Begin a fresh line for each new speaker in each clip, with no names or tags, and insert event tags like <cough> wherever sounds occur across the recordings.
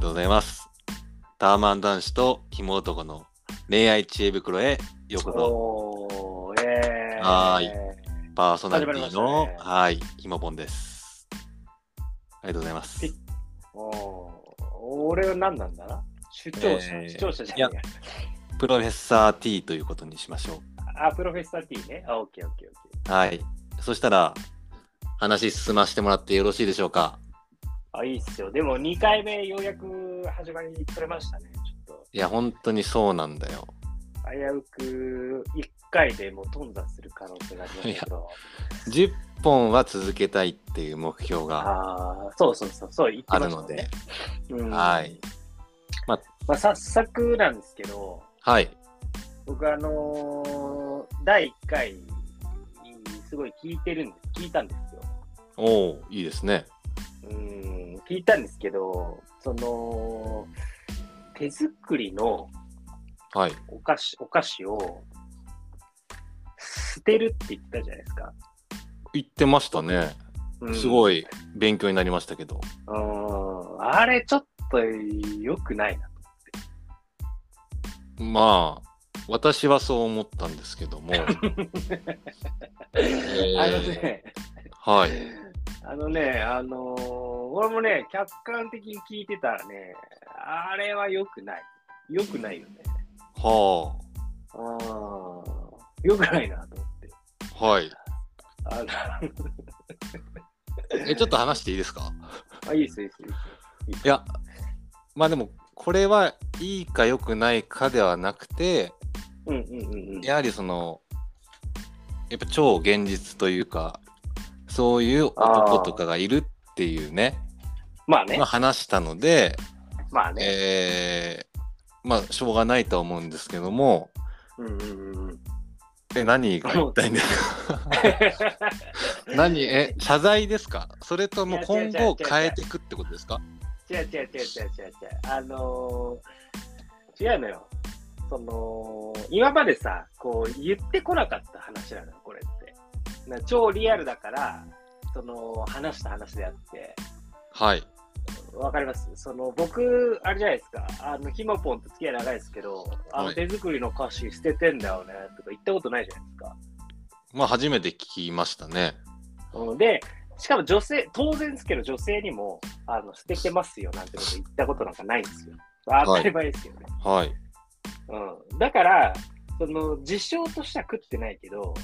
とうございます。ターマン男子と紐男の恋愛知恵袋へようこそ。
おー、えー、
はーいパーソナリティの、
始まりましたね
はい、ひもぽんです。ありがとうございます。
ピ
い
ッおー俺は何なんだな主張者、
えー
主張者じゃない
プロフェッサー T ということにしましょ
や。あ、プロフェッサー T ね。あ、オッケーオッケーオッケー。
う。はい。そしたら、話進ませてもらってよろしいでしょうか。
あ、いいっすよ。でも2回目ようやく始まりくれましたね。ちょっ
いや、本当にそうなんだよ。
と危うく1回でもう頓挫する可能性がありますけど。
10本は続けたいっていう目標が
ああ、そうそうそう、そう言って
あ
ま
る
した
の
もん
で、
ね。うん
はい。ま
まあ、早速なんですけど、
はい。
僕あのー第1回にすごい聞いてるんです、聞いたんですよ。
おおいいですね。
うん、聞いたんですけど、その、手作りの
はい。
お菓子、お菓子を捨てるって言ったじゃないですか。
言ってましたね。
うん
すごい勉強になりましたけど。
うん、あれちょっと良くないな。
まあ、私はそう思ったんですけ <laughs> ども。
あのね、
はい。
あのね、あのー俺もね、客観的に聞いてたらね、あれは良くない。良くないよね。
は
あー良くないなと思って。
あ。はい。
あの
え、ちょっと話していいですか
あいいです、いいです、いいです。
いや、まあでも、これはいいか良くないかではなくて、
うんうんうんうん。
やはりその、やっぱ超現実というか、そういう男とかがいるっていうね、
まあね
まあ、、話したので、
まあね。
えーまあ、しょうがないとは思うんですけども、
うんうんうんうん。
え、何が言いたいんですか <laughs> 何え、謝罪ですかそれとも今後変えていくってことですか
違う違う違う違う違う違う。あのー、違うのよ。その、今までさ、こう、言ってこなかった話なのよ、これって。な超リアルだから、その、話した話であって。
はい。
わかります。その、僕、あれじゃないですか。あの、ひまぽんと付き合い長いですけど、あ
は
の、
い
手作りの歌詞捨ててんだよね、とか言ったことないじゃないですか。
まあ、初めて聞きましたね。
うんで、しかも女性、当然ですけど、女性にも、あの、捨ててますよなんてこと言ったことなんかないんですよ。当たり前ですけどね。
はい。
うん。だから、その、実証としては食ってないけど、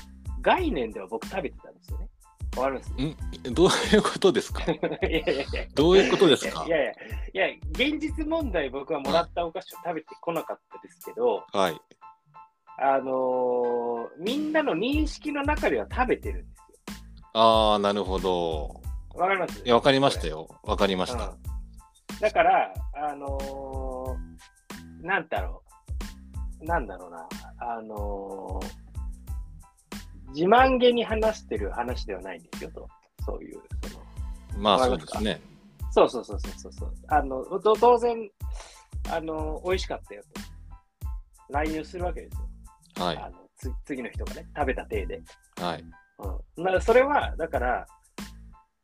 概念では僕食べてたんですよね。わかります
んどういうことですか
<laughs> いやいやいやいや。
どういうことですか
いやいや、いや、現実問題僕はもらったお菓子を食べてこなかったですけど、
はい。
あのーみんなの認識の中では食べてるんで
ああ、なるほど。
すよ。わかります
いや、わかりましたよ。わかりました。
うんだから、あのーなんだろう、なんだろうな、あのー自慢げに話してる話ではないんですよと、そういう、その
まあ、
わか
そ
り
う
ま
で
した
すね。
そうそうそうそうそうそうあのと当然、あの美味しかったよと、LINE をするわけですよ、
は
あ
い。
のつ次の人がね、食べた体で。
はい。
うん、なそれは、だから、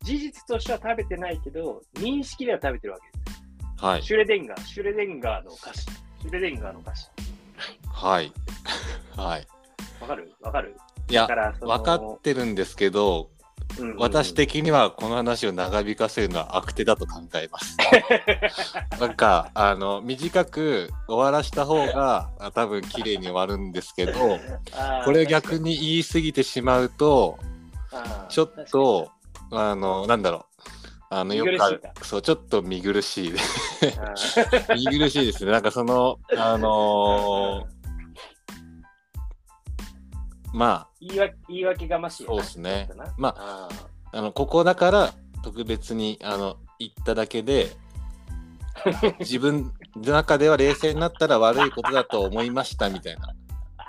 事実としては食べてないけど、認識では食べてるわけです。
はい。
シュレデンガー、シュレデンガーの歌詞。シュレデンガーの歌詞。
はい。はい。
わかるわかる
い
だ
や
か、らその、
分かってるんですけど、
うんうんうん
私。的にはこの話を長引かせるのは悪手だと考え
<laughs>
ます。なんかあの短く終わらした方があ多分綺麗に終わるんですけど
あー
これを逆。に言い過ぎてしまうとちょっとあのなんだろうあの
見
よ
苦しい
くある
か
そうちょっと見苦しい <laughs>
確かにあ
見苦しいですねなんかその <laughs> あ
ー
のーまあ
言い訳言い訳がましいよな。
そうですね
ちょっとな
ま
あ
あのここだから特別にあの言っただけで自分の中では冷静になったら悪いことだと思いましたみたいな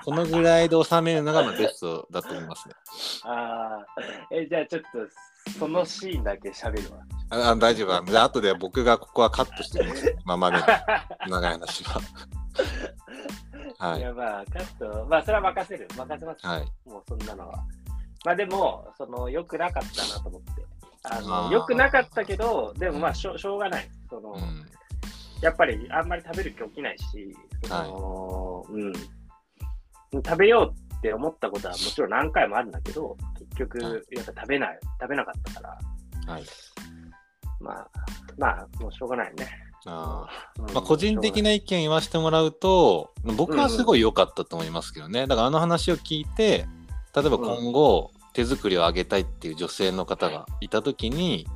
このぐらいで収めるのがまあベストだと思いますね
ーあー。え、じゃあちょっと、そのシーンだけ喋るわ。
ああ大丈夫なんであとで僕がここはカットしてます今までの長い話ははいい
や、まあ、カット。まあ、それは任せる。任せます。
はい
もうそんなのは。まあでも、その、良くなかったなと思って。あ
あ
の、
ー
良くなかったけど、でもまあ、しょうしょうがない。その、
うん
やっぱりあんまり食べる気起きないし、そ
はい
のうん、食べようって思ったことはもちろん何回もあるんだけど、結
は
局、やっぱ食べない、食べなかったから、
はい。
まあ、まあ、もうしょうがないよね。
あー
うん
まあ、個人的
し
な意見言わせてもらうと、僕はすごい良かったと思いますけどね。だからあの話を聞いて、例えば今後、手作りをあげたいっていう女性の方がいたときに、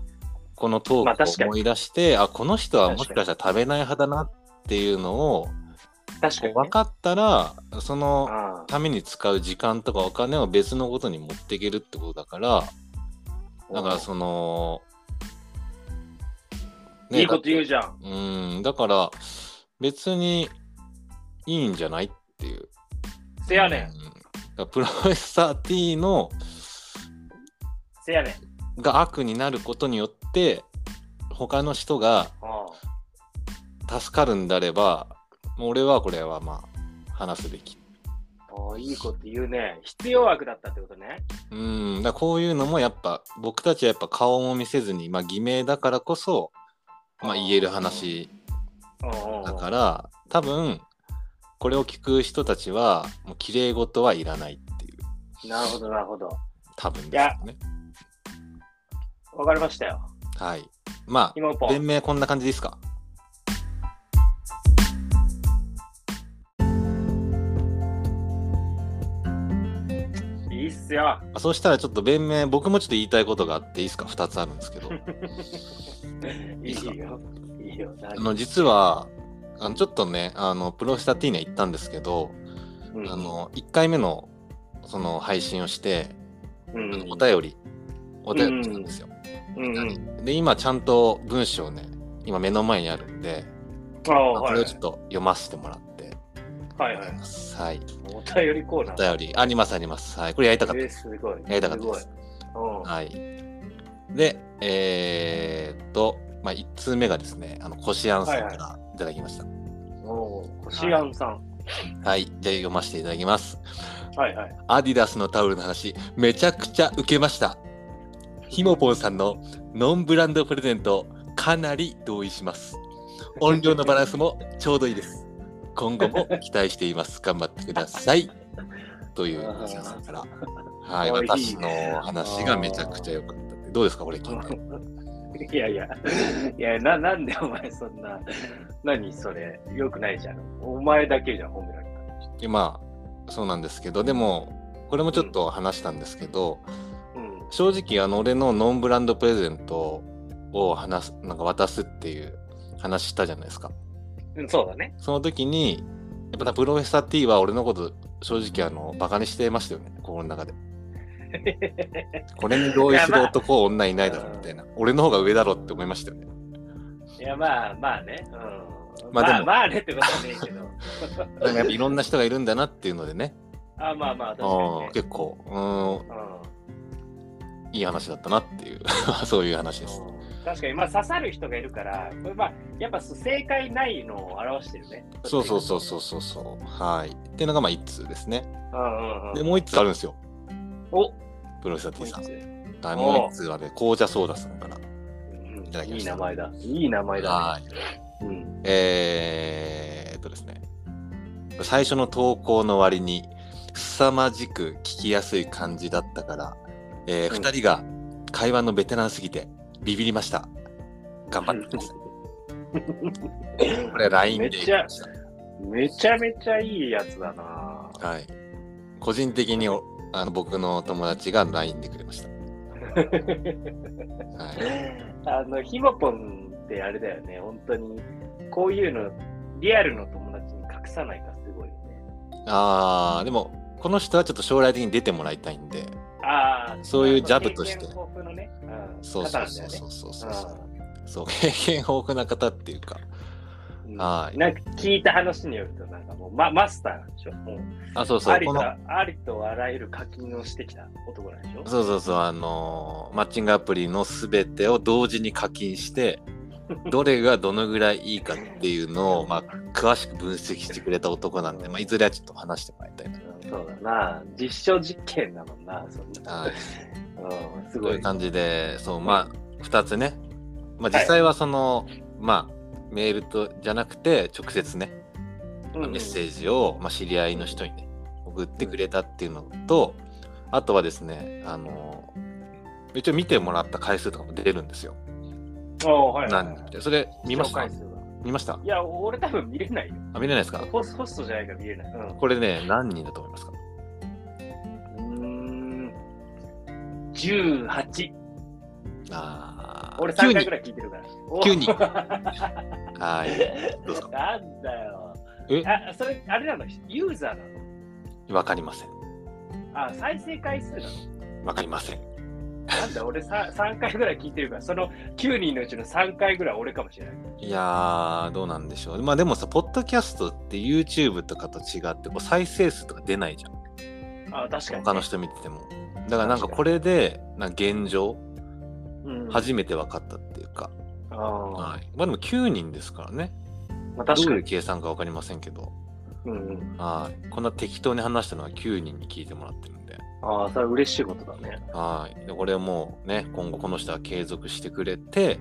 このト
まあ
ー
確
ク
か
を
に
思い出して、あ、この人はもしかしたら食べない派だなっていうのを
ょうがない、確かに、
分かったら、その
あ
ために使う時間とかお金を別のことに持っていけるってことだから、だからその、
いいこと言う
じ
じゃん。
ゃん。うん、だから別にいいんじゃないっていう。
せやねん
う、だからプロフェッサー T の
せやねん。
が悪になることによって、他の人が
う
助かるんだれば、もう俺はこれはまあ、話すべき。
んおーいいこと言うね。必要悪だったってことね。
うん、だからこういうのもやっぱ僕たちはやっぱ顔も見せずに、まあ、偽名だからこそ、まあ、言える話だ
だ
から多分これを聞く人たちはもう綺麗事はいらないっていう
なるほど、なるほど。
多分ですよね。
わかりましたよ。
はい、ま
今
あ
ポ
弁
ン。
明こんな感じですか
いいっすよ。
あそうしたらちょっと弁明僕もちょっと言いたいことがあっていいですか2つあるんです
<laughs>
けど
いいよ。いいよ。
あ
あ
の実はあのちょっとねあのプロスタティーニャ行ったんですけど、あ、の1回目のその配信をして
うん
あのお便り、お便りしたんですよ。
うんうん。
で、今ちゃんと文章ね、今目の前にあるんで、
ああ、
まあこ
は
れ
い
を。ちょっと読ませてもらって、
はいはい。
はい。
お便りコーナ
お
ー。
便り、ありますあります。はい。これやりたかった
え
で
ー
す。
すごい。
やりたかったです
すごい。
はい。で、えーっと、まあ、1通目がですね、あの、こしあんさんからいただきました。はい、
うん。おーこしあんさん。
じゃあ読ませていただきます。
はいはい。 <laughs>
アディダスのタオルの話、めちゃくちゃウケました。ひもぽんさんのノンブランドプレゼント、かなり同意します。音量のバランスもちょうどいいです。今後も期待しています。頑張ってください。という皆さんから、はい、
おい
私の話がめちゃくちゃ良かったって。どうですか、これ聞いて。
いやいや、いやな、なんでお前そんな、何それ、よくないじゃん。お前だけじゃん、褒められ
でまあ、そうなんですけど、でも、これもちょっと話したんですけど、
た。うん。
正直あの俺のノンブランドプレゼントを話すなんか渡すっていう話したじゃないですか
うんそうだね。 <laughs>
その時にやっぱプロフェッサー T は俺のこと正直あのバカにしてましたよね心の中でこれに同意する男
<laughs>
女いないだろみたいな俺の方が上だろって思いましたよね
いや、まあまあね。うん。
まあでも
まあねってことはねえけど。
<laughs> でもやっぱいろんな人がいるんだなっていうのでね
<laughs> あまあまあ、確かに、
あ
ね
ー。結構う
うん
ーんいい話だったなっていう <laughs> そういう話です
確かに、まあ、刺さる人がいるから、これまあ、やっぱそう正解ないのを表してるね。
そうそうそうそうそうそうはいっていうのがまあ1通ですね
う。うんうんうん、
でもう1通あるんですよ
お
プロフェッサー T さん
い
はい、もう一通はね、紅茶ソーダさんから。いただきました
いい名前だ。いい名前だ、ね。
はい。
うん、
えー、っとですね。最初の投稿の割に、凄まじく聞きやすい感じだったから、えー、
うん
2人が会話のベテランすぎて、ビビりました。頑張
<laughs>
ってください。これ、LINE で
めっちゃめちゃめちゃいいやつ
<laughs>
だな。
はい。個人的におあの僕の友達が LINE でくれました。はい。
あの、ひもぽんってあれだよね、本当に。こういうの、リアルの友達に隠さないからすごいよね。
あー、でも、この人はちょっと将来的に出てもらいたいんで、
ああ、
そういうジャブとして
経験豊富のね、うん、
そうそうそう
方
そうそうそう
なん
そ
だよね
う。そう経験豊富な方っていうか、
うん
はい
なんか聞いた話によると、なんかもうママスターなんでしょもう
あ、そうそ
あ
う、
り
この、
とありとあらゆる課金をしてきた男なんでしょ
そうそうそう、あのーマッチングアプリのすべてを同時に課金して、どれがどのぐらいいいかっていうのを、まあ、詳しく分析してくれた男なんで、まあ、いずれはちょっと話してもらいたいな。
うんそうだな。実証実験だもんな。そんな
はい。
うん、す
と
ご
い。
いう
感じで、そう、まあ、2つね。まあ、実際はその、まあ、メールとじゃなくて直接ね、
うんうん
メッセージを、まあ、知り合いの人にね送ってくれたっていうのとあとはですねあの一応見てもらった回数とかも出るんですよ。
ああはいはい
何
はい
人ってそれ見まし
紹
た
介数が
見ました
いや、俺多分見れないよ。
あ見れないですか
ホスホストじゃないから見れない。うん
これね何人だと思いますか
うーん18。
あー
俺3回
9
ぐらい聞いてるから。お
9人はい <laughs> どうぞ
なんだよ。
え
あ、それ、あれなのユーザーな
わかりません
のあ、再生回数なの
わかりません
なんだ、俺 3, 3回ぐらい聞いてるから、その9人のうちの3回ぐらい俺かもしれない。
いやーどうなんでしょうまあでもさポッドキャストって YouTube とかと違ってこう再生数とか出ないじゃん
あ、確かに。
他の人見ててもだからなんかこれでなんか現状
うん、
初めて分かったっていうか、
あー
はい、まあでも9人ですからね
まあ、
ど
確
う
か
いう
に。
計算か分かりませんけど、
うんうん、
はい、こんな適当に話したのは9人に聞いてもらってるんで
ああ、それは嬉しいことだね。
はいでこれもうね今後この人は継続してくれて、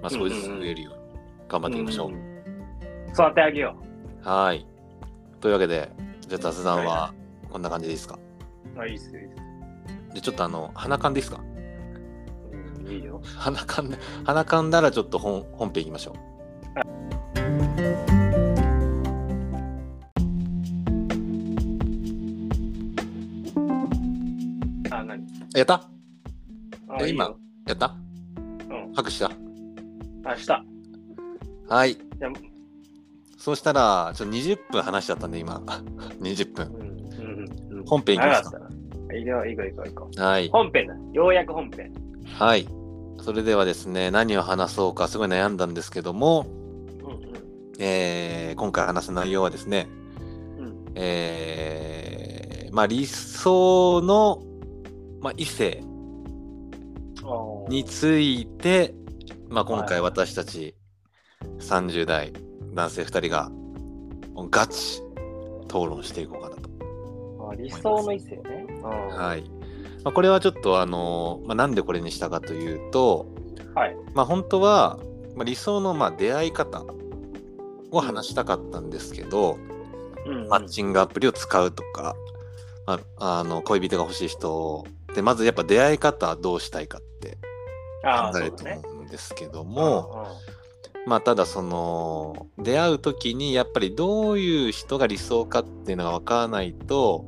まあ、少しずつ増えるように頑張っていきましょう、
んん育てあげよ
はいというわけでじゃあ雑談はこんな感じでいいですか
う。あ、いいっすよ、いいっすよ
でちょっとあの鼻かんでいいですか <laughs>
うんいいよ。
鼻かんで鼻かんだらちょっと本本編いきましょう
あ、何
やった
あ
え
いい
今
よ
やった
うん。
拍手だ
あ、した。
はい
じゃあ
そうしたらちょっと20分話しちゃったんで今 <laughs> 20分
うんうんうん
本編いきますか
長ったな。いいよ、いいよ、いいよ、いいよ。
はい
本編だ。ようやく本編。
はいそれではですね何を話そうかすごい悩んだんですけども、
うん
えー今回話す内容はですね
うんうん。
えーまあ理想の、まあ、異性
あー
について、まあ、今
は
回
い
私たち30代男性2人がガチ討論していこうかなと。
あ理想の異性ね。。
はいいまあ、これはちょっとあの、まあ、なんでこれにしたかというと、
はい。
まあ、本当は、まあ、理想のまあ出会い方を話したかったんですけど、
うんうん
マッチングアプリを使うとか、まあ、あの恋人が欲しい人でまずやっぱ出会い方はどうしたいかって
あ
考
ーそ
える
う
と
だね。
思うんですけども。まあただその出会う時にやっぱりどういう人が理想かっていうのが分からないと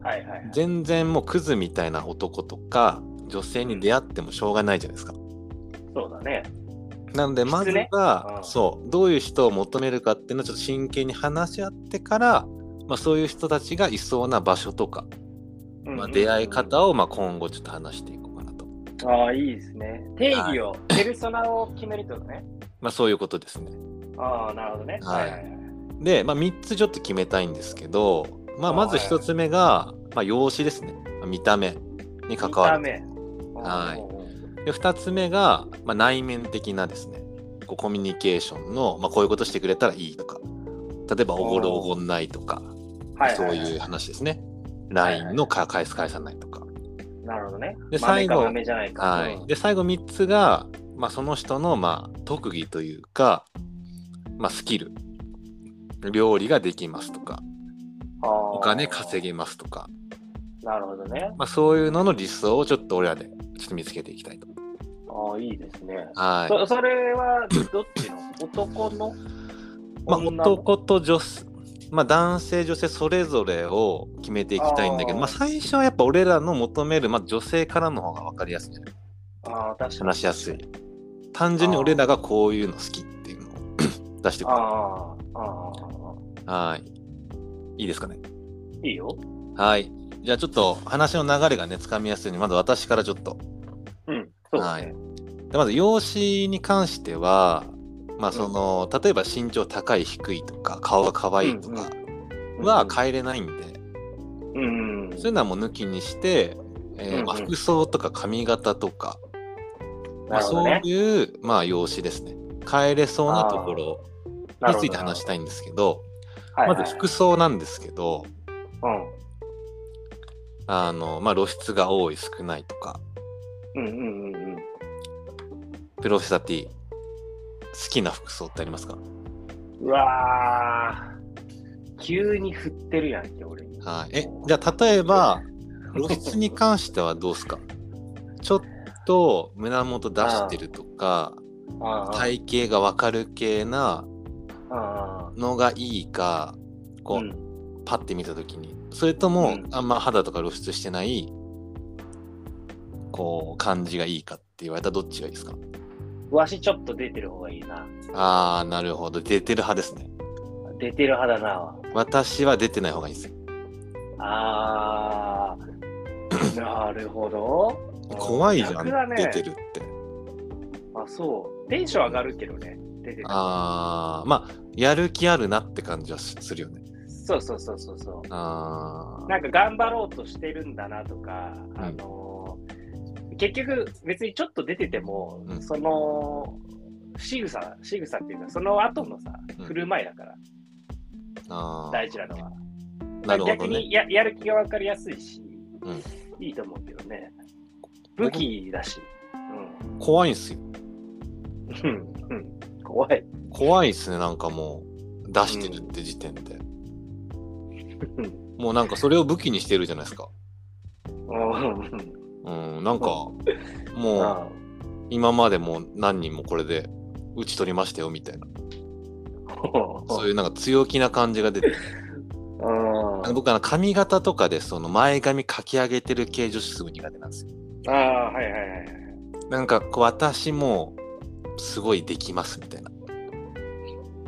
うん、はいはいはい。
全然もうクズみたいな男とか女性に出会ってもしょうがないじゃないですか。
そうだね。
なのでまず
う
は
ん
そうどういう人を求めるかっていうのをちょっと真剣に話し合ってから、まあ、そういう人たちがいそうな場所とか、
うんうん
まあ、出会い。方をまあ今後ちょっと話していこうかなと、
ああ、いいですね。定義を、ペルソナを決めるってことね。
まあ、そういうことですね。
ああ、なるほどね。
はい
はいはい。
で、まあ、3つちょっと決めたいんですけど、まあ、
あ
まず
はい
1つ目が、まあ、容姿ですねまあ見た目に関わる
見た目。
はい
うんうんうん。
で2つ目が、まあ、内面的なですねこうコミュニケーションの、まあ、こういうことしてくれたらいいとか例えばおごるおごんないとか
はい
そ
は
う
いはい
いう話ですね
はいはい
LINE のか返す返さないとか
なるほどね。
で
豆
最
か
後
豆じゃないか。
は
うん
いで最後3つが、まあ、その人の、まあ、特技というか、まあ、スキル料理ができますとかお金稼。げますとか
あーなるほどね。
まあ、そういうのの理想をちょっと俺らでちょっと見つけていきたいと。
ああ、いいですね。
は
そそれはどっちの男の
い。まあ、
女の
男と女性、まあ、男性、女性それぞれを決めていきたいんだけど、
あー
まあ、最初はやっぱ俺らの求める、まあ、女性からの方が分かりやすいんじゃない
ああ、確かに。
話しやすい。。単純に俺らがこういうの好きっていうのを <coughs> 出してく
あ
る。
あ、ああ、
はい。いいですかね。
いいよ。
はい。じゃあちょっと話の流れがね、つかみやすいように、まず私からちょっと
うん、そうですね。
でまず容姿に関しては、まあその例えば身長高い低いとか顔が可愛いとかは変えれないんで、
うんうん、うん
そういうのはもう抜きにして、えー
うんうん
まあ、服装とか髪型とか、ま
な
あ、
るほ
そ
ど
う
ね。
いう、まあ、容姿ですね変えれそうなところ
な
に
る
つ
ほど
いて話したいんですけど
はいはい
まず服装なんですけどあの、まあ、露出が多い少ないとか
うんうんうんうんうん。
プロフェサティきな服装ってありますか
うわー、急に振ってるやんけ、俺。
はい。え、じゃあ例え
<laughs>
ば、露出に関してはどうですかちょっと胸元出してるとか、
あー
体型がわかる系な
あ
のがいいか、
ー、
こ
う
う、
ん
パッて見た時に、それとも、
うん
あんま肌とか露出してない、こう、感じがいいかって言われたらどっちがいいですか
わしちょっと出てる方がいいな。
あー、なるほど。出てる派ですね。
出てる派だな。
私は出てない方がいいです。
あ
<coughs>
ー、なるほど。
怖いじゃ
逆だ
ん、
ね、
出てるって。
あ、そう。テンション上がるけどね。出てる。
あー、まあ、やる気あるなって感じはすするよね。
そうそうそうそうそう。
あー
なんか頑張ろうとしてるんだなとか、
うん
あのー結局別にちょっと出てても、
うん
その仕草仕草っていうかその後のさ
うん
振る舞いだから、
あー。
大事なのは、
なるほ
逆
どね。
にややる気が分かりやすいし、
うん
いいと思うけどね武器だし、
怖いんすよ。
うんうん、怖い
怖いっすね、なんかもう、出してるって時点で。
うん
もうなんかそれを武器にしてるじゃないですか。うん、なんか、もう、
うん
今までもう何人もこれで打ち取りましたよ、みたいな。そういうなんか強気な感じが出て。あの僕あの髪型とかでその前髪かき上げてる系女子すごい苦手なんですよ。
ああはいはいはいはい
なんかこう私もすごいできますみたいな。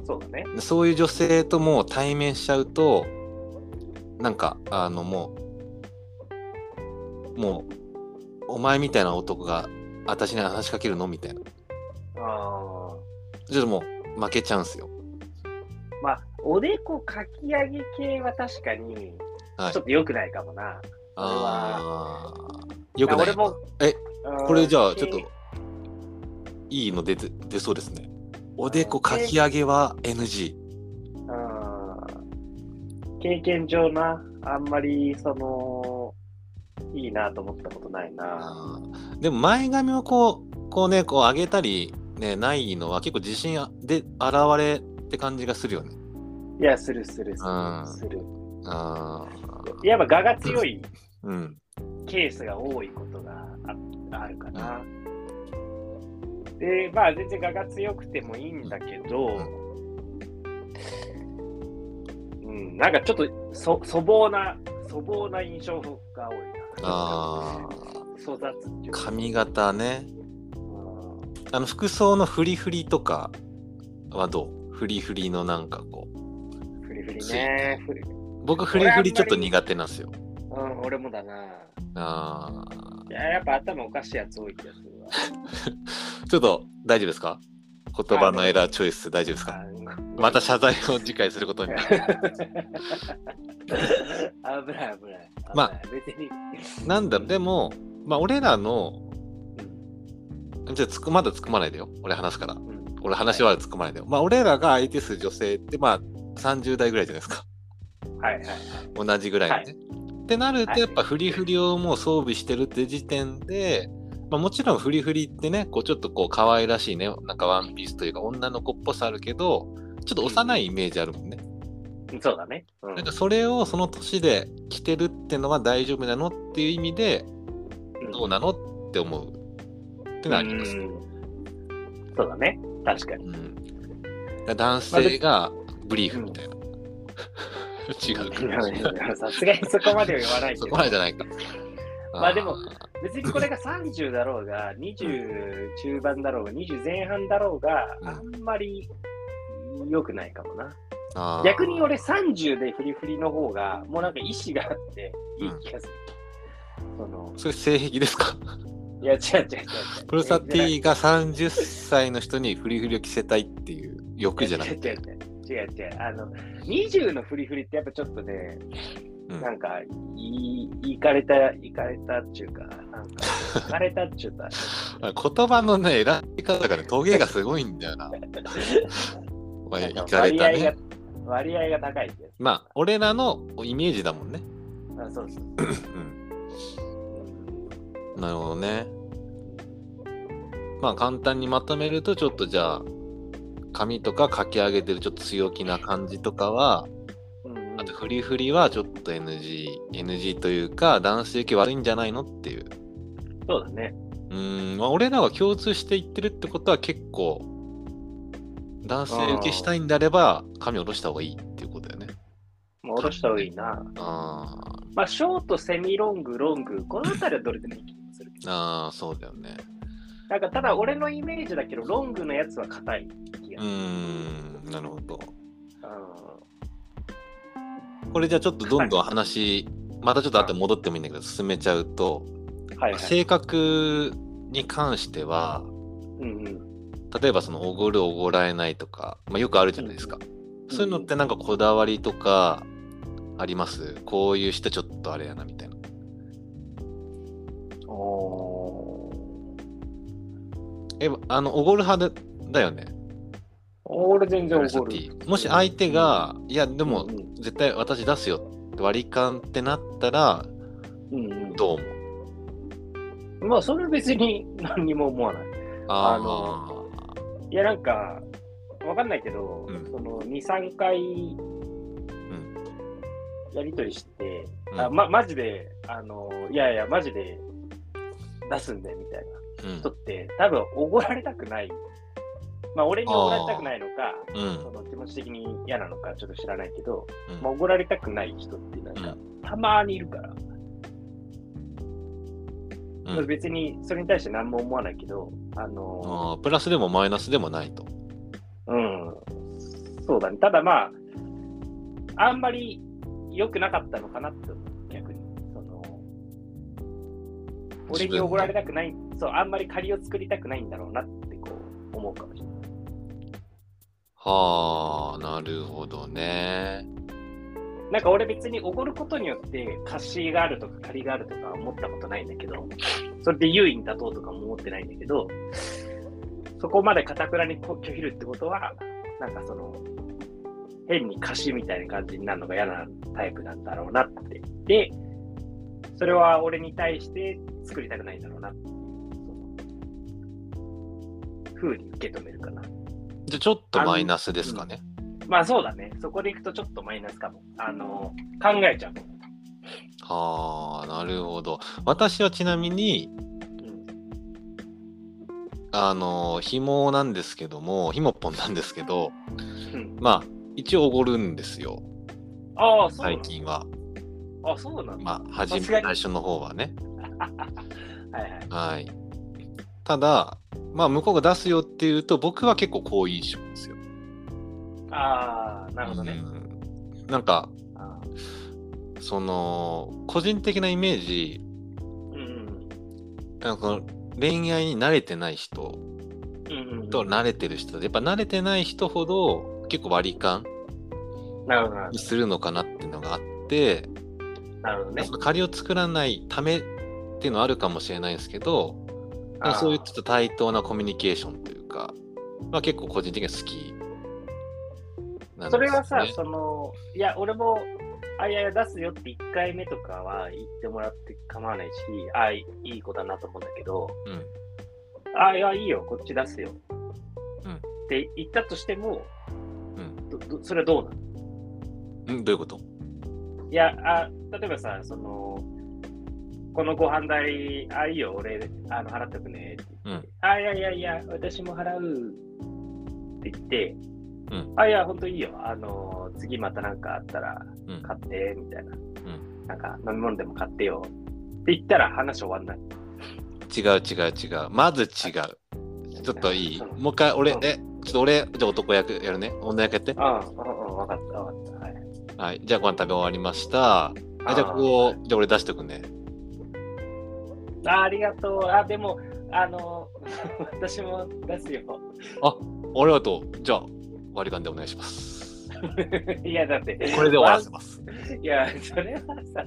そうだね
そういう女性ともう対面しちゃうと、なんかあのもう、もう、お前みたいな男が私に話しかけるのみたいな。
ああ
ちょっともう負けちゃうんすよ。
まあ、おでこかき上げ系は確かに、
はい
ちょっと良くないかもな。
ああ。よく
あ
ない
俺も、
え
うん、
これじゃあ
し
ちょっといいの出て出そうですね。おでこかき上げは NG。
うん経験上な、あんまり、その、いいなと思ったことないな。
あーでも前髪をこうこうねこう上げたり、ね、ないのは結構自信で現れって感じがするよね。
いや、するするす
うん
る。する
あ
やっぱ、我が強い
ーうん、
ケースが多いことがああるかな。で、まあ、全然我が強くてもいいんだけど、うん、なんかちょっとそ粗暴な、粗暴な印象が多いな。
あ
粗雑ってい
ー
うか
髪型ねあの服装のフリフリとかはどうフリフリのなんかこう
うんフリフリね。フリ
僕フリフリちょっと苦手なんですよ。
うん、俺もだな。
あ
いや、やっぱ頭おかしいやつ多い気がするわ。
ーちょっと大丈夫ですか言葉のエラーチョイス大丈夫ですか
あ
<laughs> また謝
<laughs>
罪を次回することになる。
危ない危ない。
ま
あ、別に。
なんだろうでも、まあ、俺らのじゃあつくまだ突っ込まないでよ。俺話すから。
うんうん
俺話は突っ込まないでよ。まあ俺らが相手する女性ってまあ30代ぐらいじゃないですか。
はいはい。
同じぐらいのね。ってなる
は
と
い
やっぱフリフリをもう装備してるって時点で、まあ、もちろんフリフリってね、こうちょっとこう可愛らしいね、なんかワンピースというか女の子っぽさあるけど、ちょっと幼いイメージあるもんね。
そうだね。うん
なんかそれをその年で着てるってのは大丈夫なのっていう意味で、どうなのって思うってのはあります。
うんそうだね。確かに。
うん、だから男性がブリーフみたいな。 <laughs> 違うかもしれない
さすがにそこまでは言わない
そ
け
こ
ど
ま、でじゃないか。
まあでも
ー、
別にこれが30だろうが、20中盤だろうが、20前半だろうが、
うん
あんまり良くないかもな。
あー
逆に俺30でフリフリの方が、もうなんか意志があっていい気がする。その
それ性癖です
<laughs>
か
いや、違う違う違う違う。
プロサティが30歳の人にフリフリを着せたいっていう欲じゃなく
違
て
う。違う違う違う違うあの20のフリフリってやっぱちょっとね、
うん
なんかいいいかれたいかれたっちゅうかなんかいかれたっちゅうか
言葉のね、選び方がね、トゲがすごいんだよ
<laughs>
な。まあ、
なん
い
か
かれた
割合
ね
が。割合が高いってや
まあ、俺らのイメージだもんね。
つあそうそう
うん。
うん
なるほどね。まあ、簡単にまとめると、ちょっとじゃあ、髪とかかき上げてるちょっと強気な感じとかは
うんうん
あとフリフリはちょっと NG NG というか男性系悪いんじゃないのっていう
そうだね。
うーん、まあ、俺らは共通して言ってるってことは結構男性受けしたいんであれば髪下ろした方がいいっていうことだよね
もう下ろした方がいいな。
あー
まあ、ショート、セミロング、ロング、この辺りはどれでもいい気もするけど。
あーそうだよね
なんかただ俺のイメージだけど、ロングのやつは硬い気が
うー
する。
んなるほど
うん
これじゃあちょっとどんどん話またちょっと後で戻ってもいいんだけど進めちゃうと
はい、はい。
性格に関しては
うんうん。
例えばそのおごるおごらえないとか、まあ、よくあるじゃないですか、そういうのってなんかこだわりとかありますこういう人ちょっとあれやなみたいな
お
えあのおごる派でだよね
俺全然
紫
怒る。
もし相手がいやで
で
も
うん
絶対私出すよって割り勘ってなったら
うんうん
どう思う
うん、まあ、それは別に何にも思わない。
あ
あのいや、なんか、わかんないけど、
うん
その2、3回
ん
やりとりして、
ー
あま、マジで、あの、いやいや、マジで出すんで、みたいな
うん
人って、多分、おごられたくない。まあ、俺におごられたくないのか、
うんうん
その気持ち的に嫌なのか、ちょっと知らないけど、
うん
まあ、おごられたくない人って、なんか、たまにいるから、
うん
まあ別にそれに対して何も思わないけど、あの
あープラスでもマイナスでもないと
うん、そうだね。ただまあ、あんまり良くなかったのかなって、逆に。その俺におごられたくない、そう、あんまり借りを作りたくないんだろうなってこう思うかもしれない。
はあなるほどね
なんか俺別におごることによって貸しがあるとか借りがあるとか思ったことないんだけど、それで優位に立とうとかも思ってないんだけど、そこまでかたくなにこう拒否るってことは、なんかその、変に貸しみたいな感じになるのが嫌なタイプなんだろうなって。で、それは俺に対して作りたくないんだろうなっていう、その、風に受け止めるかな。
じゃあちょっとマイナスですかね
まあそうだね。そこでいくとちょっとマイナスかも。あの、考えちゃうもん。
はあなるほど私はちなみに
うん
あの紐なんですけども紐ポンなんですけど
うん
まあ一応おごるんですよ
ああ、そうな
最
んだ。
近は
あ、そうなんだ。
まあ初め
さすが
最
に
初の方はね
はいはい。
はいただまあ向こうが出すよっていうと僕は結構好印象ですよ
ああ、なるほどね。
うんなんか
あー
その個人的なイメージ
うんうん
なんかこの恋愛に慣れてない人
うんうん。
と慣れてる人でやっぱ慣れてない人ほど結構割り勘
なるほどな
にするのかなっていうのがあって、
なるほどね
そ。の借りを作らないためっていうのはあるかもしれないですけどなんかそういうちょっと対等なコミュニケーションというか、まあ、結構個人的には好きな
あー
んですね
それはさ、その、いや、俺も、あいやいや出すよって1回目とかは言ってもらって構わないし、ああ、いい子だなと思うんだけど、
うん
ああ、いや、いいよ、こっち出すよ。
うん
って言ったとしても、
うん
どどそれはどうなの
うん、どういうこと
いやあ、例えばさ、その、このご飯代、あ、いいよ、俺、あの払っとくねって言って、あ、いやいやいや、私も払うって言って、
うん
あ、いや、ほんといいよ、あの、次またなんかあったら
うん
買って、みたいな、なんか飲み物でも買ってよって言ったら話終わんない。
違う違う違うまず違うちょっといい
うん
もう一回俺
うん
えちょっと俺じゃあ男役やるね女役やって
ああ、うんうんわかった、わかった。はい。
はいじゃあご飯食べ終わりましたあじゃあこうじゃあ俺出しとくね
あありがとう。あ、でも、あの、 <laughs> 私も出すよ。 <laughs>
ありがとうじゃあ割り勘でお願いします
いや、だって、
これで終わらせます
いや、それはさ、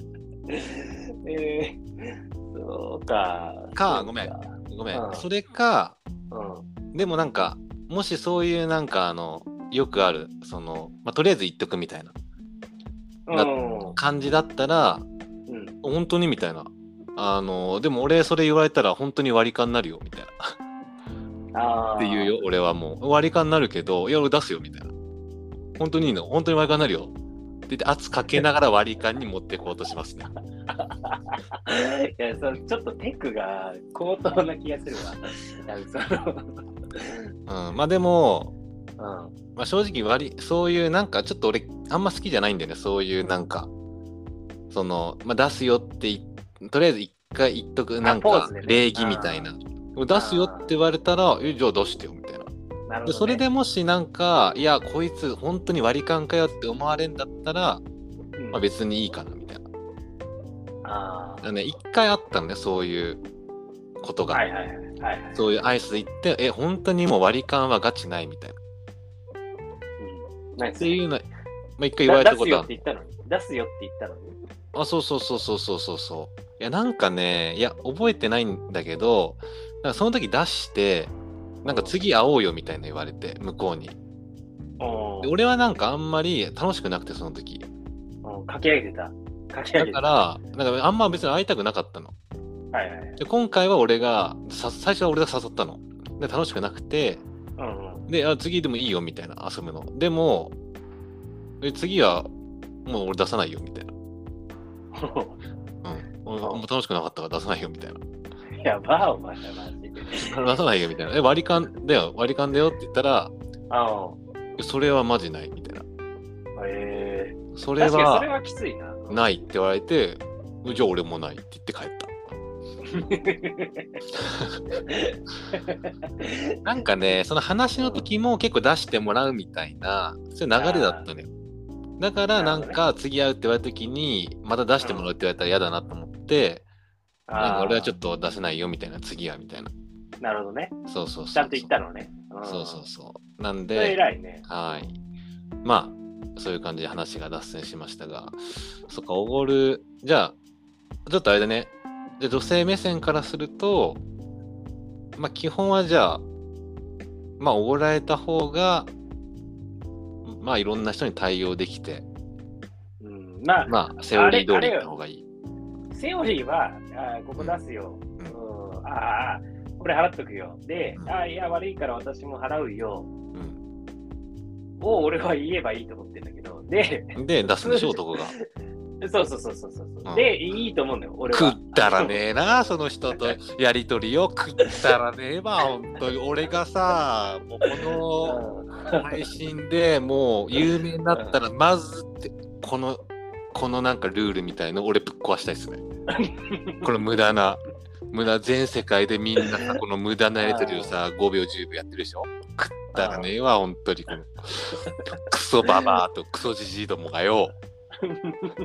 えー、そうか。
か
そう
ごめんごめん
うん
それか
うん。
でもなんかもしそういうなんかあのよくあるその、まあ、とりあえず言っとくみたいなだ
う
感じだったら
ん。うん、
本当にみたいなあのでも俺それ言われたら本当に割り勘になるよみたいな
あー
って言うよ、俺はもう。割り勘になるけど、いや、俺出すよ、みたいな。本当にいいの本当に割り勘になるよ。って言って、圧かけながら割り勘に持ってこうとしますね。
いや、そのちょっとテクが高等な気がするわ。なんか
うん、まあでも、
その、うん。
まあ、正直割り、そういうなんか、ちょっと俺、あんま好きじゃないんだよね、そういうなんか、その、まあ、出すよってい、とりあえず一回言っとく、なん
ポー
か
ズでね、
礼儀みたいな。出すよって言われたら、え、じゃあ出してよ、みたいな。
なるほど、ね。
でそれでもしなんかいやこいつ本当に割り勘かよって思われるんだったら、
うん、
まあ、別にいいかなみたいな。だか
あ
らね一回あったのねそういうこと
あ。
が、
はいはいはいはいはい。
そういう挨拶行ってえ本当にもう割り勘はガチないみたいな。
うん。なん
っ
か
ていうのまあ、一回言われたことあ
出す
る
よって言ったのに。出すよって言ったのに。
あそうそうそうそうそうそうそう。いやなんかねいや覚えてないんだけどなんかその時出してなんか次会おうよみたいな言われて向こうに。
お
で俺はなんかあんまり楽しくなくてその時。
おかき上げてた。かき上
だ
げて
か
た。
らなんかあんま別に会いたくなかったの。
はいはい。
で今回は俺がさ最初は俺が誘ったので楽しくなくて
うん <laughs> うん。
であ次でもいいよみたいな遊ぶのでもえ次はもう俺出さないよみたいな、うん、俺
あ
もう楽しくなかったから出さないよみたいな
やばお前マジで。
出さないよみたいなえ割り勘だよ割り勘だよって言ったら
ああ。
それはマジないみたいな
ええ
そ
ー。
れ
確かにそれ
は
はきついな。
ないって言われてじゃあ俺もないって言って帰ったなんかね、その話の時も結構出してもらうみたいな、そういう流れだったのよ。だから、
な
な
るほど
ん
ね
か、次会うって言われた時に、また出してもらうって言われたら嫌だなと思って、 <laughs> なんか俺はちょっ
と。
と出せないよみたいな、次はみたいな。
なるほどね。
そうそうそう。
ちゃんと言ったのね。ん
そうそうそう。なん
それ
で、
偉いね。
はい。まあ、そういう感じで話が脱線しましたが、そっか、おごる、じゃあ、ちょっとあれだね、じゃあ女性目線からすると、まあ、基本はじゃあ、まあ、おごられた方が、まあ、いろんな人に対応できて、
うん。まあ、
まあ、セオリー通りの方がいい。
セオリーは、あーここ出すよ。
う
うんん。ああ、これ払っとくよ。で、
うん
ああ、いや、悪いから私も払うよ。
うん
を俺は言えばいいと思ってんだけど。で、 <laughs>
で、出すんでしょ、男が。
そうそうそうそうそう。
うん
で、いいと思うんだよ、俺
く
は。
ったらねえな、その人とやりとりをくったらねえわ、本当に。俺がさ、もうこの
う
配信でもう有名になったらまずってこのこのなんかルールみたいの俺ぶっ壊したいです
<laughs>
ね。この無駄な無駄全世界でみんなさこの無駄なやりとりをさ5秒10秒やってるでしょ食ったらねえわ本当にこのクソババアとクソジジイどもがよ
ん。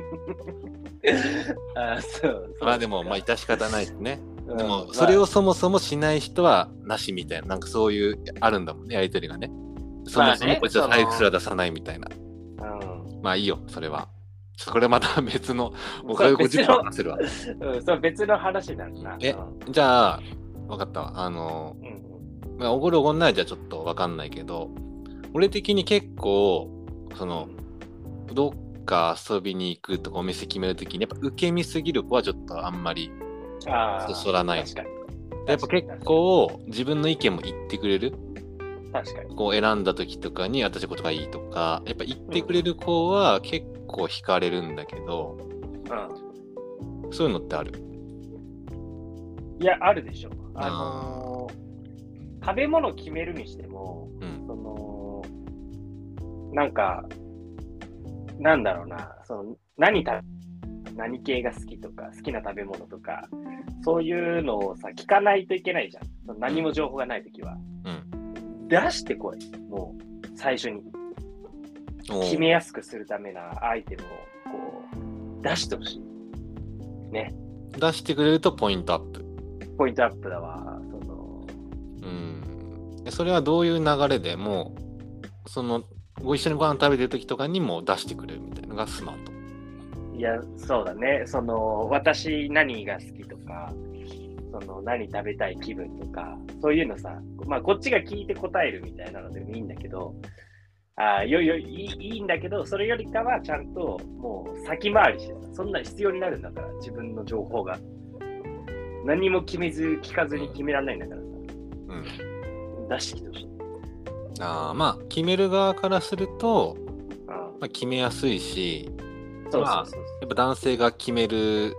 あーそう。
まあでもまあ致し方ないですね
うん
でもそれをそもそもしない人はなしみたいななんかそういうあるんだもんねやりとりがねそもそもこいつは財布すら出さないみたいな
まあうん
まあいいよ、それは。ちょっとこれまた <laughs> 別の、もうこ
そ
れ
れ別
50分
の、
話せるわ。
うん、それ別の話だな。
え
うん
じゃあ、わかったわ。あの、
うん
まあ、おごるおごんないじゃちょっとわかんないけど、俺的に結構、その、どっか遊びに行くとかお店決めるときに、やっぱ受け身すぎる子はちょっとあんまり、
あ
そ
あ、
そらない
確かに。
やっぱ結構自分の意見も言ってくれる
確かに。
こう選んだ時とかに私これがいいとかやっぱ言ってくれる子は結構惹かれるんだけど
う
そういうのってある
ん。いや、あるでしょ。あのー食べ物決めるにしても、
うん
その、なんか、なんだろうな、その、何食べ何系が好きとか、好きな食べ物とか、そういうのをさ、聞かないといけないじゃん。その何も情報がないときは。
うん
出してこい、もう、最初に。
おー
決めやすくするためなアイテムをこう出してほしい。
出してくれるとポイントアップ
ポイントアップだわ。その
うんえそれはどういう流れでもうそのご一緒にご飯食べてる時とかにも出してくれるみたいなのがスマート。
いや、そうだね。その私何が好きとか、その何食べたい気分とか、そういうのさ、まあこっちが聞いて答えるみたいなのでもいいんだけど、あーよよいいいいんだけど、それよりかはちゃんともう先回りしてさ、そんな必要になるんだから、自分の情報が。何も決めず、聞かずに決められないんだからさ。
うん、
出してきてほしい。
あーまあ決める側からすると、まあ、決めやすいし
そうそうそう
やっぱ男性が決める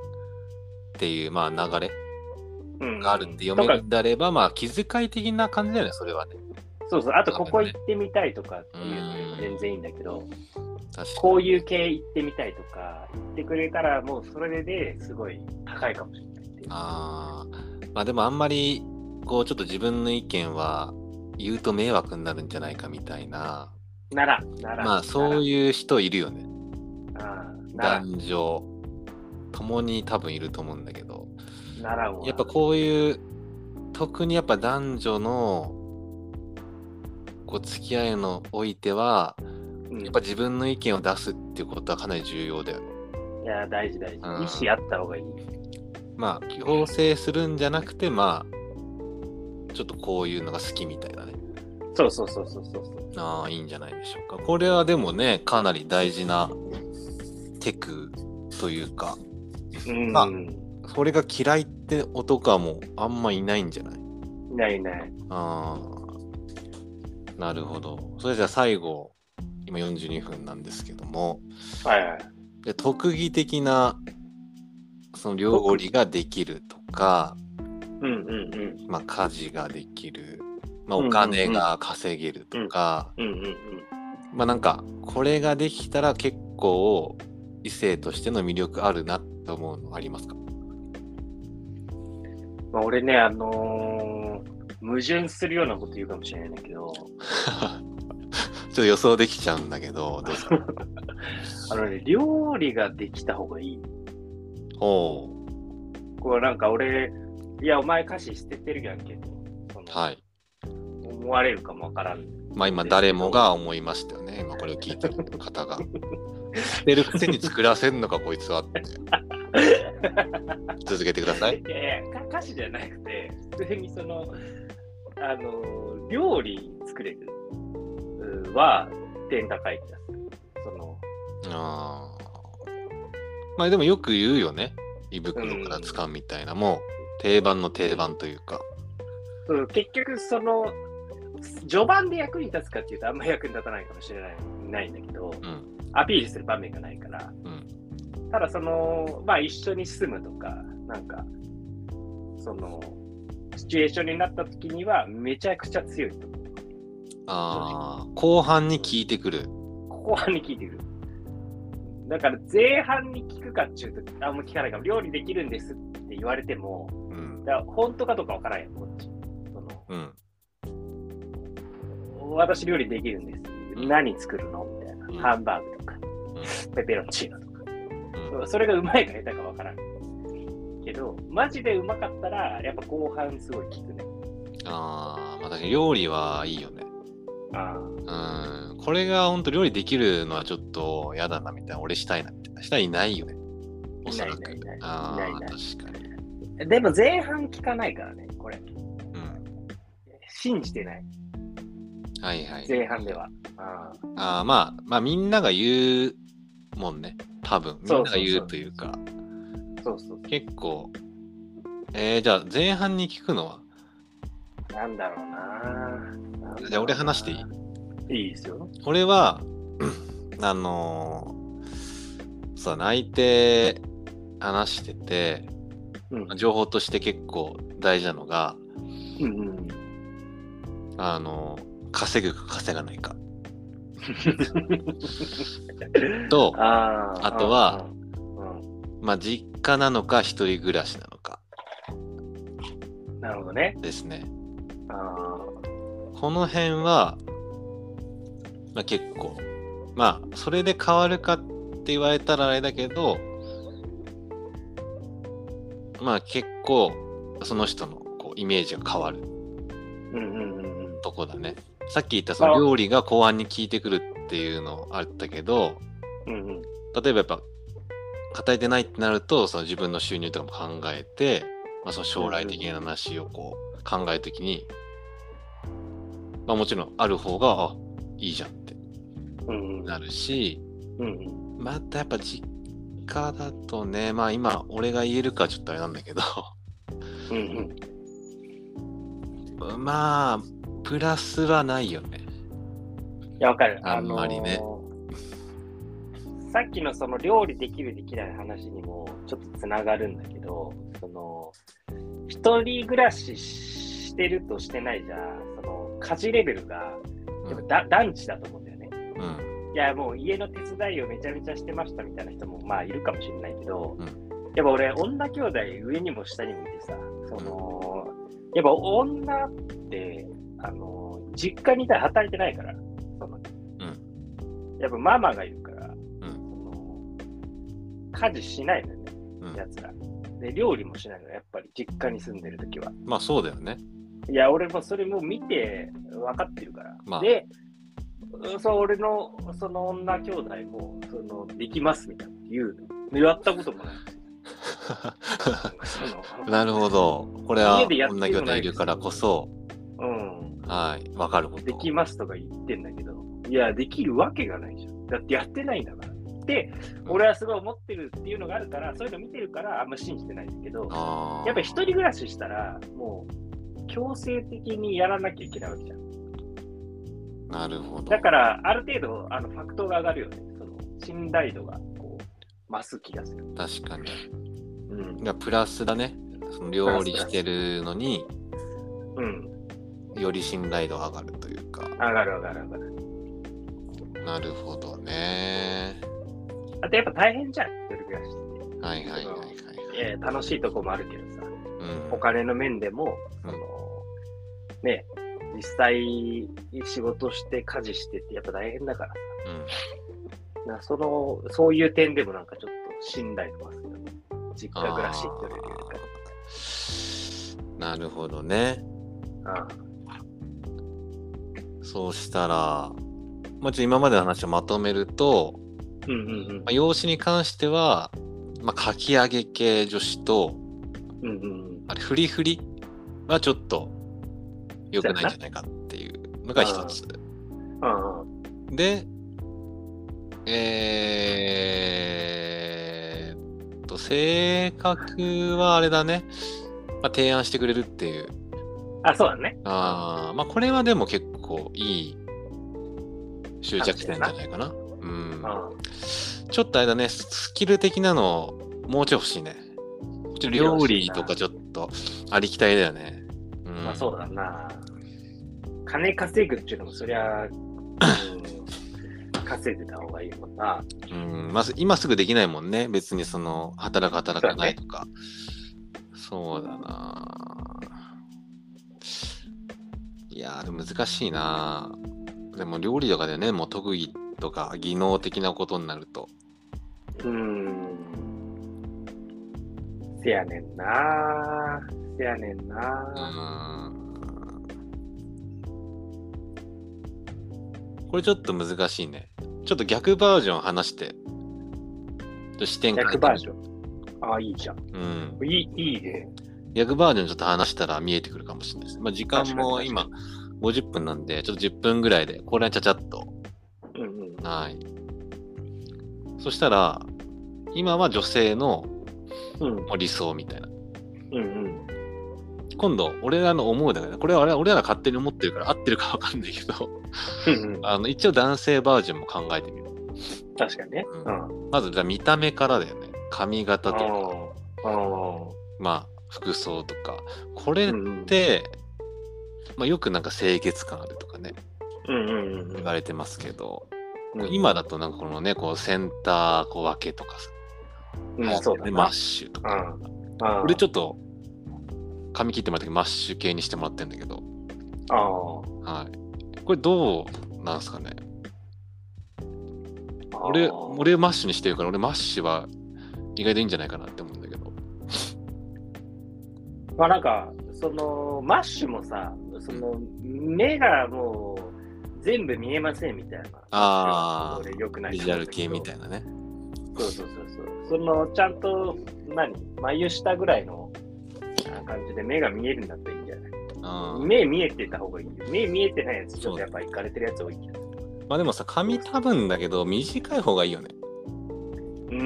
っていうまあ流れ
そう。うん
があるんで読め
と
る
か
んであれば、まあ気遣い的な感じだよねそれはね
そうそう。あと、
そう
こ
だね
こ行ってみたいとかっていうのも全然いいんだけど、
確か
こういう系行ってみたいとか、言ってくれたら、もうそれですごい高いかもしれないっていう。
あーまあでもあんまりこうちょっと自分の意見は言うと迷惑になるんじゃないかみたいな
なら、なら。
まあそう
いう。
いう人いるよね
あーなら、
男女共に多分いると思うんだけど
ならも。
やっぱこういう特にやっぱ男女のこう付き合いのおいては
うん、
やっぱ自分の意見を出すっていうことはかなり重要だよね。
いや、大事大事。意
うん
思あった方がいい。
まあ強制するんじゃなくてまあちょっとこういうのが好きみたいなね
そうそうそうそうそうそう。
ああいいんじゃないでしょうか。これはでもねかなり大事なテクというか
うん。
まあそれが嫌いって男はもうあんまいないんじゃない
いないいない。
ああ、なるほど。それじゃあ最後、今42分なんですけども、
はいはい。
で特技的なその料理ができるとか、
うんうんうん。
まあ、家事ができる、まあ、
うんうんうん
お金が稼げるとか、
うんうんうん。
まあなんか、これができたら結構異性としての魅力あるなと思うのありますか <laughs>
まあ、俺ね、あのー矛盾するようなこと言うかもしれないんだけど、
ちょっと予想できちゃうんだけど、どうです
<laughs>
か
あのね、料理ができた方がいい。
おう
こうなんか俺、いや、お前歌詞捨ててるやんけど、その
はい。
思われるかもわからん。
まあ今誰もが思いましたよね、今これを聞いてる方が。捨てるくせに作らせんのか、こいつはって。続けてください。
いやいや、か歌詞じゃなくて、普通にその、あのー料理作れるうんは点高い気がする。その、
あーまあでもよく言うよね、胃袋から使うみたいな、もう定番の定番というか。
そう結局その序盤で役に立つかっていうとあんま役に立たないかもしれないないんだけど
うん。
アピールする場面がないから、ただそのまあ一緒に住むとかなんかそのシチュエーションになった時にはめちゃくちゃ強いと思う
ああ、後半に効いてくる。
後半に聞いてくるだから前半に聞くかっちゅうとあんま聞かないから料理できるんですって言われても
うん。
だから本当かどうかわからんやんこっちその
うん。
私料理できるんです。
うん
何作るのみたいな、
うん
ハンバーグとか、ペペロンチーノとか。それがうまいか下手かわからん。けど、マジでうまかったら、やっぱ後半すごい効くね。
ああ、まあ確かに料理はいいよね。
あ
うん。これが本当料理できるのはちょっと嫌だなみたいな、俺したいなみたいな。したらいないよね。おそらく。
いないいないいない
ああ
いないいな
確かに。
あでも前半効かないからね、これ。
うん。
信じてない、
はいはい。
前半では。あ
ああ、まあ、まあみんなが言うもんね。多分。み
そ
ん
う
な
そ
が
うそう
言うというか、
あそうそう。
結構。えー、じゃあ前半に聞くのは
なんだろうな
じゃあ俺話していい
いいいですよ。
俺は、 <clears throat> あのー、そう、泣いて話してて、
うん。
情報として結構大事なのが、
うんうん、
あのー、稼ぐか稼がないか。と、
あー
あとは、
うん
まあ、実家なのか、一人暮らしなのか
うんなるほどね。
ですね。
あ
この辺は、まあ、結構まあそれで変わるかって言われたらあれだけどまあ結構その人のこうイメージが変わる
ーうんうんうんうん。
とこだねさっき言ったその料理が後半に効いてくるっていうのあったけど
うんうん
例えばやっぱ働いてないってなるとその自分の収入とかも考えて、まあ、その将来的な話をこう考えるときに、まあ、もちろんある方があいいじゃんって
うんうん
なるし
うん
またやっぱ実家だとねまあ今俺が言えるかちょっとあれなんだけど
うんう
<laughs>
ん
まあグラスはないよね。
いや、わかる。
あんまりね
あのーさっきのその料理できるできない話にもちょっとつながるんだけど、その、一人暮らししてるとしてないじゃん、その、家事レベルが、やっぱだ団地だと思うんだよね。
うん。
いや、もう家の手伝いをめちゃめちゃしてましたみたいな人も、まあ、いるかもしれないけど、
うん
やっぱ俺、女兄弟上にも下にもいてさ、その、やっぱ女って、あの、実家にいたら働いてないから、その、やっぱママがいるから、その家事しないのよね、
うん
やつら。で、料理もしないのよ、やっぱり実家に住んでるときは。
まあそうだよね。 <laughs>
いや、俺もそれもう見て分かってるから。
まあ
で、うんそう、俺のその女兄弟も、その、できますみたいなこと言うの。やったこともない。その
なるほど。これは
家でやって
女兄
も
弟
ない
いるからこそ、
うん。
はい、わかること。
できますとか言ってんだけど、いや、できるわけがないじゃん。だってやってないんだから。で、俺はすごい思ってるっていうのがあるから、そういうの見てるから、あんま信じてないんだけど、
あー
やっぱ一人暮らししたら、もう、強制的にやらなきゃいけないわけじゃん。
なるほど。
だから、ある程度、あのファクトが上がるよね。その信頼度がこう増す気がする。
確かに。
うん
い。やプラスだね。その料理してるのに、
うん。
より信頼度上がるというか。
上がる上がる上がる。
なるほどね。
あとやっぱ大変じゃん、一人暮らしっ
はいはいはいはい。
て。えー楽しいとこもあるけどさ、
うん
お金の面でも、
う
そ
ん
の、ね、実際仕事して家事してってやっぱ大変だから
うん
なその、そういう点でもなんかちょっと信頼度増すよね。実家暮らしって言われるよりか
なるほどね。
あ
そうしたら、まあ、ちょっと今までの話をまとめると、
うんうんうん
まあ、養子に関しては、まあ、かき上げ系女子と、
うんうんうん。
あれ、フリフリはちょっと良くないんじゃないかっていうのが一つ。
あ
で、えーっと、性格はあれだね。まあ、提案してくれるっていう。
ああ、そうだね。
ああ、まあこれはでも結構いい執着点じゃないかな。うん。
あ
ちょっとあれだね、ススキル的なのもうちょい欲しいね。ちょっと料理とかちょっとありきたりだよね。うん。
まあそうだな。金稼ぐっていうのもそりゃ、うん <coughs> 稼いでた方がいいもんな。
うんまあ、今すぐできないもんね。別にその、働く働かないとか。そうだな。いやー、でも難しいな。でも料理とかでね、もう特技とか技能的なことになると。
うん。せやねんな。せやねん
う
な。
ーんこれちょっと難しいね。ちょっと逆バージョン話して。ちょっと視点変えて
逆バージョン。ああ、いいじゃん。
うん。
いい、いいね。
逆バージョンちょっと話したら見えてくるかもしれないです。まあ時間も今
確
50分なんで、ちょっと10分ぐらいで、これはちゃちゃっと。
うんうん。
はい。そしたら、今は女性の
うん
理想みたいな。
うんうん。
今度、俺らの思うだから、これは俺俺らが勝手に思ってるから合ってるかわかんないけど。 <laughs>
うんうん
あの一応男性バージョンも考えてみる。
確かにね。
うん
うん。
まずじゃあ見た目からだよね。髪型とか、
ああ。
まあ服装とか。これっ
うん
て、まあ、よくなんか清潔感あるとかね、
うんうんうん
言われてますけど、
うん。
今だとなんかこのね、こうセンター小分けとかさ、
うん、そうだ
ね、
ね。
マッシュとか。
うん。うん
俺ちょっと髪切ってもらった時マッシュ系にしてもらってんだけど、
ああ。
はい。これどうなんすかね
ああ
俺、俺マッシュにしてるから、俺マッシュは意外といいんじゃないかなって思うんだけど。
まあなんか、そのマッシュもさ、その目がもう全部見えませんみたいな。
あー
俺よくない
ビジュアル系みた
い
いなね。
な。そうそうそうそう。そのちゃんと、何眉下ぐらいのあ感じで目が見えるんだったらいいんじゃない
うん、
目見えてた方がいいよ。目見えてないやつ、ちょっとやっぱいかれてるやつ多いけど。
まあでもさ、髪多分だけど、短い方がいいよね。
うー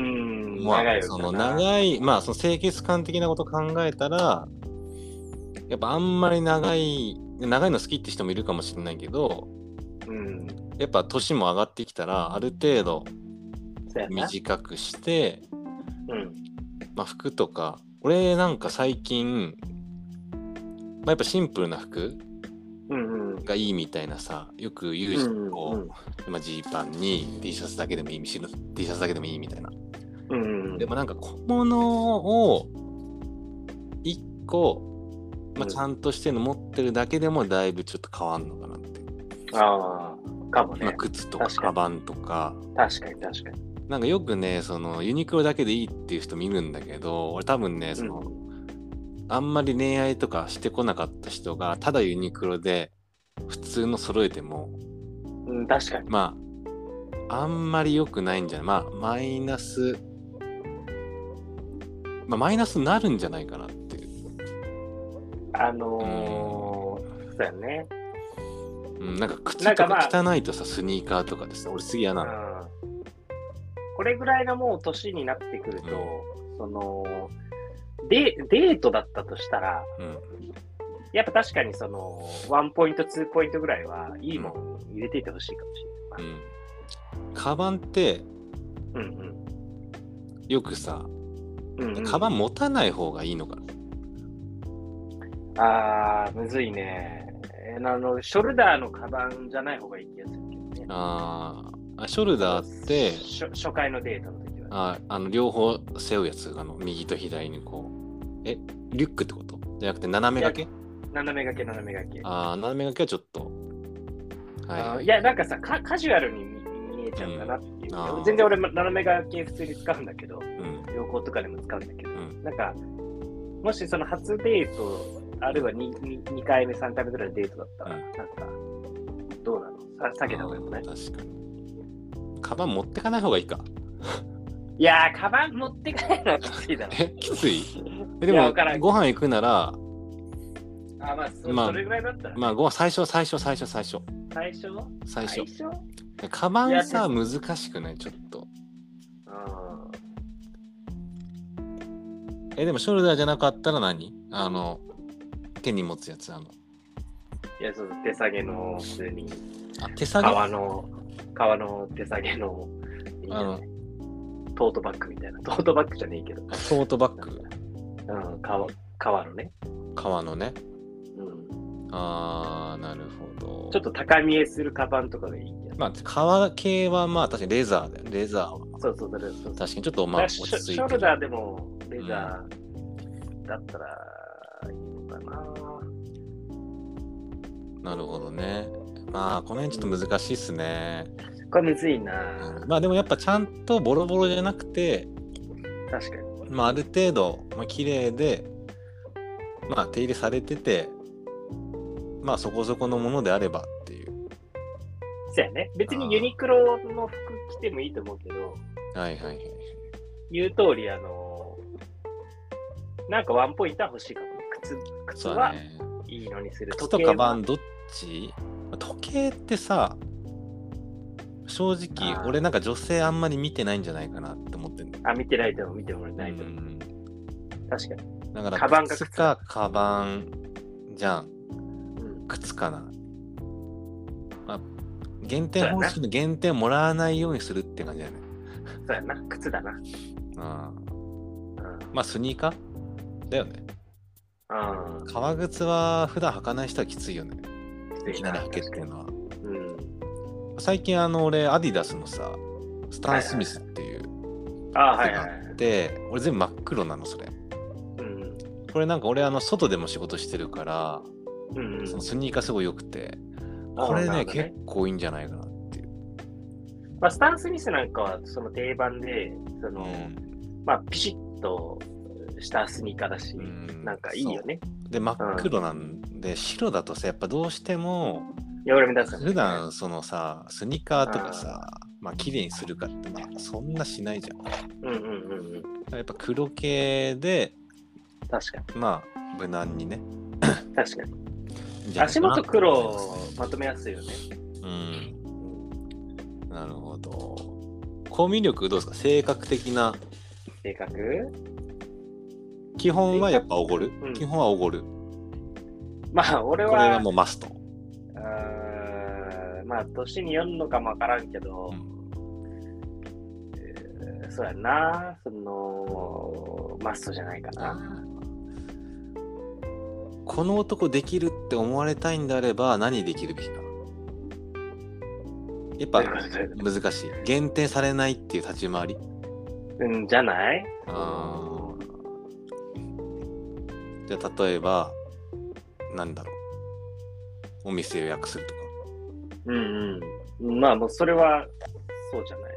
ん、
ま
長い
あ、
よ
その
い。
長い、まあ、その清潔感的なこと考えたら、やっぱあんまり長い長いの好きって人もいるかもしれないけど
うん。
やっぱ年も上がってきたらある程度
そうやな。
短くして、
うん。
まあ、服とか俺なんか最近、まあ、やっぱシンプルな服
うんうん。
がいいみたいなさよく言う
う
人、
んうん
まあジーパンに T シャツだけでもいい白 T シャツだけでもいいみたいな
うんうん
でもなんか小物を一個、まあ、ちゃんとしてるの持ってるだけでもだいぶちょっと変わんのかなって、
ああ、かも
まあ、
ね。
靴とか
確かに
カバンとか
確かに確かに。
なんかよくねそのユニクロだけでいいっていう人見るんだけど俺多分ねその、あんまり恋愛とかしてこなかった人がただユニクロで普通の揃えても
うん、確かに。
まああんまり良くないんじゃないまあマイナスまあマイナスになるんじゃないかなっていう、
あのー、そうやね。
うん、なんか靴
な
と
んかま
か
あ
汚いとさ、スニーカーとかでさ俺すげえ嫌
う
なの、
ん。これぐらいがもう年になってくると、その、デデートだったとしたら、
うん
やっぱ確かにその、ワンポイント、ツーポイントぐらいは、いいもん入れていてほしいかもし
う
れない。
ん、カバンって
うんうん
よくさ
うんうん。
カバン持たない方がいいのかな、
ああ、むずいね。えーあの、ショルダーのカバンじゃない方がいい気がするけどね。
あーあショルダーって
初初回のデートの時は、
ああの両方背負うやつあの右と左にこうえリュックってことじゃなくて斜め掛け
斜め掛け、斜め掛け。
ああ斜め掛けはちょっとはい
あーいや、なんかさ、カカジュアルに見見えちゃうかなっていう。
うんあー
全然俺、斜め掛け普通に使うんだけど、
うん
旅行とかでも使うんだけど、
うん
なんか、もしその初デート、あるいは 2, 二二回目、3回目ぐらいのデートだったら、
うん
なんか、どうなのさ避けた方がよくない
確かにカバン持ってかない方がいいか
いやー、カバン持って帰るのはきつ
<laughs>
いだろ。
えきつい
<laughs>
え
い
で
や
も
わからん
ご飯行くなら
あ、まあそ、
まあ
それぐらいだったら、
まあご飯最初最初最初最初
最初は
最初
最初うん。
カバンさ
い
難しくないちょっとえでもショルダーじゃなかったら何あの手に持つやつあの
いや、そう、手提げの、普通に、
あ手提げ
革の、革の手提げの、いいんじゃないトートバッグみたいな。ト <laughs> ートバッグじゃねえけど、
トートバッグ
うん、革革のね、
革のね
うん。
あーなるほど
ちょっと高見えするカバンとかがいいんじゃない
まあ革系はまあ確かにレザーだよレザーは
そうそう、それそうそう。
確かにちょっとまあ
だから
落
シ
ち
ョ
着い
ショ
て
ル
る
ダーでもレザーだったらいいのかな。
なるほどねまあこの辺ちょっと難しいっすね、
これむずいな。
まあでもやっぱちゃんとボロボロじゃなくて
確かに。
まあある程度まあ綺麗でまあ手入れされててまあそこそこのものであればっていう
そうやね。別にユニクロの服着てもいいと思うけど、
はいはいはい
言う通り、あの、なんかワンポイントは欲しいかも。靴靴
そうだ
は
ね
いいのにする。
靴とカバ
ン。
ンどっちまあ時計ってさ正直
あー
俺なんか女性あんまり見てないんじゃないかなって思ってんだ
あ、見てないとも見てもらえないと
う
思う。
ん
確かに。
だから
カバンか
靴かカバンじゃん
うん
靴かな、まあ、減点方式の減点もらわないようにするって感じだよね
そうやな。靴だな。
あ
うん。
まあスニーカーだよね
ああ、
革靴は普段履かない人はきついよね
き
いきなり履けっていうのは
うん。
最近あの俺アディダスのさスタン・スミスっていう
ああ、はいはいはい。
で俺全部真っ黒なのそれ
うん。
これなんか俺あの外でも仕事してるから、
うんうん
そのスニーカーすごい良くて
あ
これ
な
ね
るほど
結構いいんじゃないかなっていう、
まあ、スタン・スミスなんかはその定番で、そのまあ、ピシッとしたスニーカーだし、
うん
なんかいいよね。
で真っ黒なんで、白だとさやっぱどうしても
いや、俺目立つよね
普段そのさスニーカーとかさ、まあ綺麗にするかってまあそんなしないじゃんだか
うんうんうんうん。
らやっぱ黒系で
確か
まあ無難にね
に。確かに。
いいんじゃない
足
かな
元黒まとめやすいよね。
うん
うん
なるほどコミュ力どうですか性格的な
性格
基本はやっぱおごる、
うん
基本はおごる
まあ、俺
れ
は、
はもうマスト。
うーんまあ、年によるのかもわからんけど、
うん
えーそうやな、その、マストじゃないかな。
この男できるって思われたいんであれば何できるべきかやっぱ
ということで
難しい限定されないっていう立ち回り
うん、じゃない
あーじゃあ例えばなんだろうお店予約するとか、
うんうん。まあ、もうそれは、そうじゃない。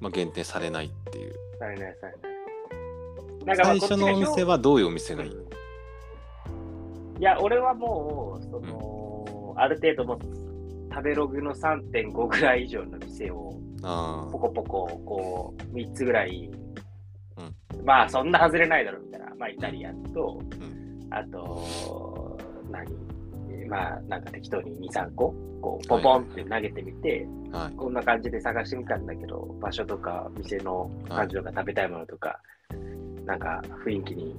まあ、限定されないっていう
されない、されない。なんかまあ
最初のお
こっち
店
が
はどういうお店がいい、
いや、俺はもう、その、ある程度もう食べログの3.5ぐらい以上の店を、
あ
ポコポコ、こう、3つぐらい、
う
まあ、そんな外れないだろ、みたいな。まあ、イタリアンと、
う
あと、何まあ、なんか適当に2、3個、こう、ポポンって投げてみて、
あはい
こんな感じで探してみたんだけど、場所とか店の感じとか食べたいものとか、なんか雰囲気に、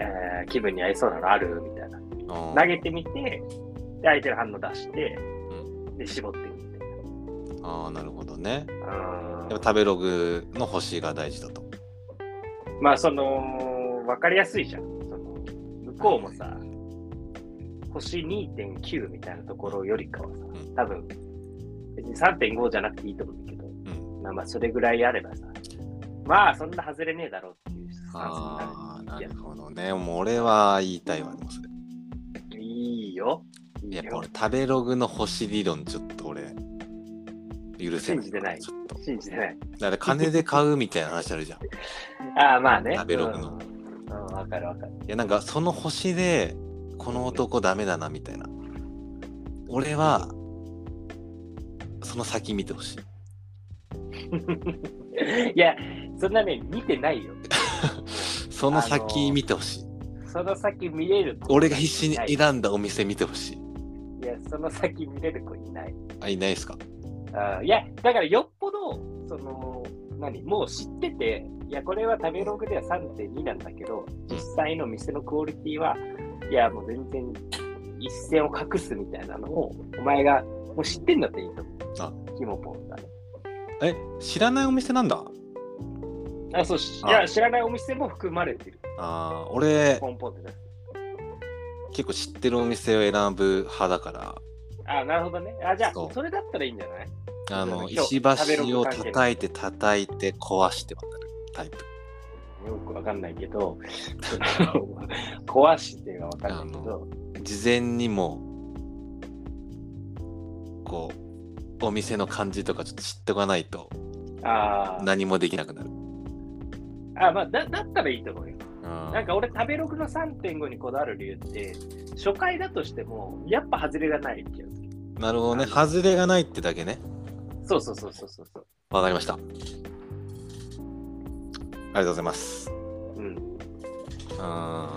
えー気分に合いそうなのあるみたいな。
あー
投げてみて、で相手の反応出して、で、絞ってみて。
あーなるほどね
うん
やっぱ食べログの星が大事だと
まあ、その、わかりやすいじゃん。その向こうもさ、星2.9みたいなところよりかはさ
ん、
多分、別に3.5じゃなくていいと思うんだけど、
うん
まあまあ、それぐらいあればさ、まあ、そんな外れねえだろうっていうスタンスに
ああ
な
な
る。い
るほどねもう俺は言いたいわでもそれ
や、いいよ。い
やっ
い
ぱ
よ
俺。食べログの星理論ちょっと俺許せない
信じてない
ちょっと
信じてない。
だから金で買うみたいな話あるじゃんい
ああ、まあね。
食べログの
うん。うん、わかるわかる。
やなんかその星でこの男ダメだなみたいな俺はその先見てほしい
いや、そんなね、見てないよ。
その
あの
先
ー
見てほしい
その先見れる子
俺が必死に
いないい
選んだお店見てほしい
や、その先見れる子いない。
あいないですか
あーいや、だからよっぽど、その、何、もう知ってて、いや、これは食べログでは3.2なんだけど、実際の店のクオリティは、いや、もう全然一線を隠すみたいなのを、お前がもう知ってんだっていいと思う。ひもぽんだね。
え知らないお店なんだ
あ、そうし、い
あ
や、知らないお店も含まれてる。
あー俺
ポンポンって出す。
結構知ってるお店を選ぶ派だから
あー、なるほどね。あ、じゃあ、
そ
そうれだったらいいんじゃない
あの
そうだね
石橋を叩いて叩いて壊して渡るタイプ。
よくわかんないけ
<laughs>
ど、壊してがわかんないけど、
事前にもこうお店の感じとかちょっと知っておかないと
あー
何もできなくなる。
あ、まあだ、だったらいいと思うよ。
な
なんか俺、食べログの3.5にこだわる理由って、初回だとしても、やっぱ外れがないっていう。
なるほどね。
あの
外れがないってだけね。
そうそうそうそうそうそう。
わかりました。ありがとうございます。
う
う
ん。
ー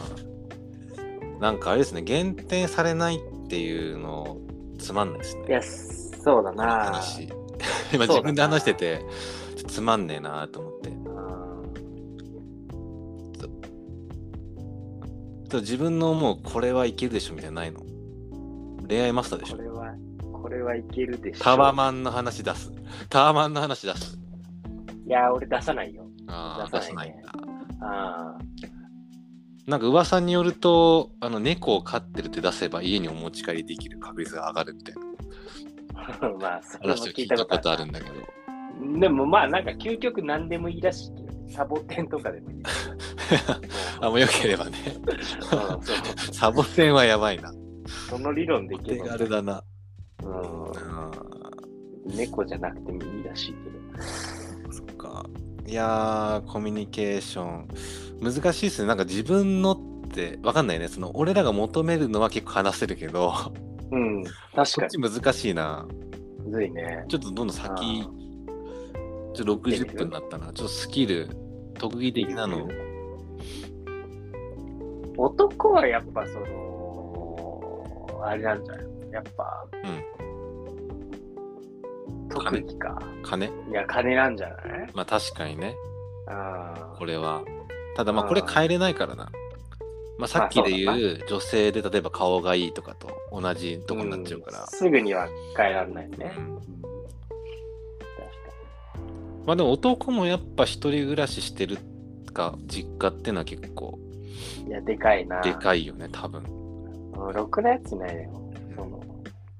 ん。なんかあれですね、限定されないっていうのつまんないですね。
いや、そうだな。
話 <laughs> 今
そ
自
うだな
分で話しててちょっとつまんねえなと思ってちょ
うん
っと自分の思うこれはいけるでしょみたいなのないの恋愛マスターでし
こ
ょ
れは、これはいけるでしょ。
タワマンの話出すタワマンの話出す
いや、俺出さないよ。
あー
出
出
さ
さ
な
ないい
ね
んだ
あ
なんか噂によるとあの猫を飼ってるって出せば家にお持ち帰りできる確率が上がるみたいな
あ。 <laughs> まあ、それも
話を
聞
聞
い
い
た
た
こ
ことと
あ
あ
る。
るんだけど
でもまあ、なんか究極何でもいいらしいけど、サボテンとかでもい
<laughs>
い。
あもうよければね
うんそう
サボテンはやばいな
その理論でい
お
け
手
ば、
軽だな
うん
あ
猫じゃなくてもいいらしいけど。
そっか。いやー、コミュニケーション、難しいですね。なんか自分のって、わかんないね。その、俺らが求めるのは結構話せるけど、
うん、確
そ
か
っち難しいな。
に。むずいね。
ちょっとどんどん
あ
先、
ー
ちょっと60分になったな。ちょっとスキル、特技的なのを。
男はやっぱその、あれなんじゃないやっぱ、特技か。
金
いや、金なんじゃない
まあ確かにね、
あ
これは。ただまあ
あー
これ変えれないからな。まあ、さっきで言う女性で例えば顔がいいとかと同じとこになっちゃうから、
んすぐには変えられないね。
うん
確か
まあでも男もやっぱ一人暮らししてるか実家ってのは結構
にいや、でかいな。
でかいよね多分
うんろくなやつないよ。その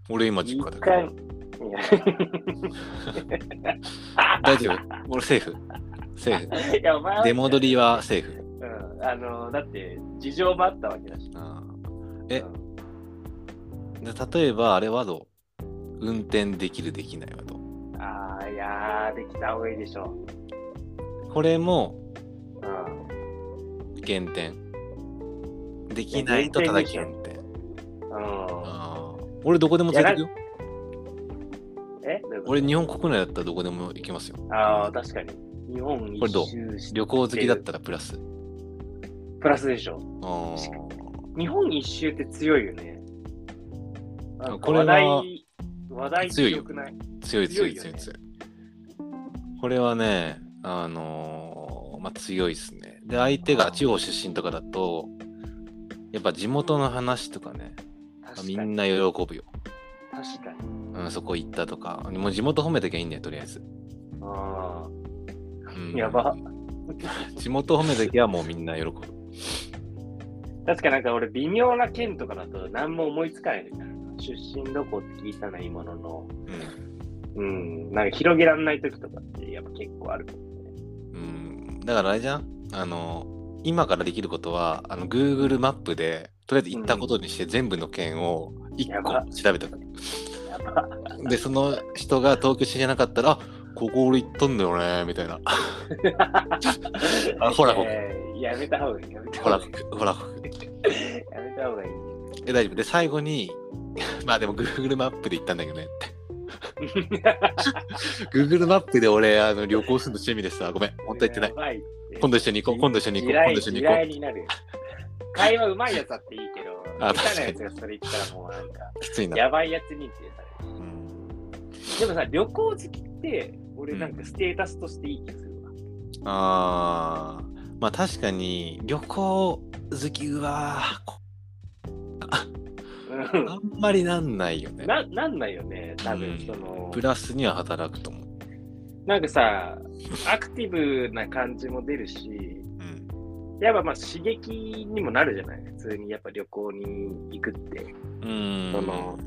俺今
一
実家だけ
回
ど、
いや
大丈夫俺セーフセーフ <laughs>
いや、お前は
出戻りはセーフ、
うん、あの、だって、事情もあったわけだし。
うん、え
うん
で例えばあれはどう運転できるできないはどう
ああ、いやー、できた方がいいでしょう。
これも
うん。
減点できないとただ減点
う
あー俺どこでも連れてくよ
ん、えどういうこと
俺日本国内だったらどこでも行きますよ
ああ、確かに。日本
これどう
一周して
旅行好きだったらプラス
プラスでしょ。
あー
し日本一周って強いよね。なんか
これは
話題、話題
強いよ
強くない
強い強い
強いよ
強
ね
い強いこれはねあのーまあ強いですねで相手が地方出身とかだとやっぱ地元の話とかね
確か
み
に。
んな喜ぶよ、
確かに。
うん、そこ行ったとかもう地元褒めときゃいいんだよとりあえず、
あ
うん
やば
<laughs> 地元褒めときはもうみんな喜ぶ
ー確かになんか俺、微妙な県とかだと何も思いつかないみたいな。出身どこって聞いたのいいものの、
うん
うん、なんか広げられない時とかってやっぱ結構あるもんね。
うん、だからあれじゃんあの今からできることはあの Google マップでとりあえず行ったことにして全部の県を1
やば
個調べとく
やっぱ
でその人が東京市じゃなかったらあここ俺行ったんだよねみたいなあほらほら
えーやめた方がいい。やめた
ほら
方がいい。
ほら
やめた方がいい。
え大丈夫で最後に <laughs> まあでも Google マップで行ったんだけ
<laughs>
どねって Google マップで俺あの旅行するの趣味でさごめん本当行ってない
やばいって。
今度一緒に行こう今度一緒に行こう今度
地雷
一緒に行こ
地雷になるよ。会話うまいやつだっていいけど、
<laughs> あ
下手なや
確
つがそれ言ったらもうなんか、
うきついな
やばいやつ認定される。でもさ、旅行好きって、俺なんかステータスとしていい気がするわ。
あーまあ確かに旅行好きはこ
うん
あんまりなんないよね
<laughs> ななんないよね、多分その、
プラスには働くと思う、
なんかさ、アクティブな感じも出るし、
うん
やっぱまあ刺激にもなるじゃない普通にやっぱ旅行に行くって、
うん
その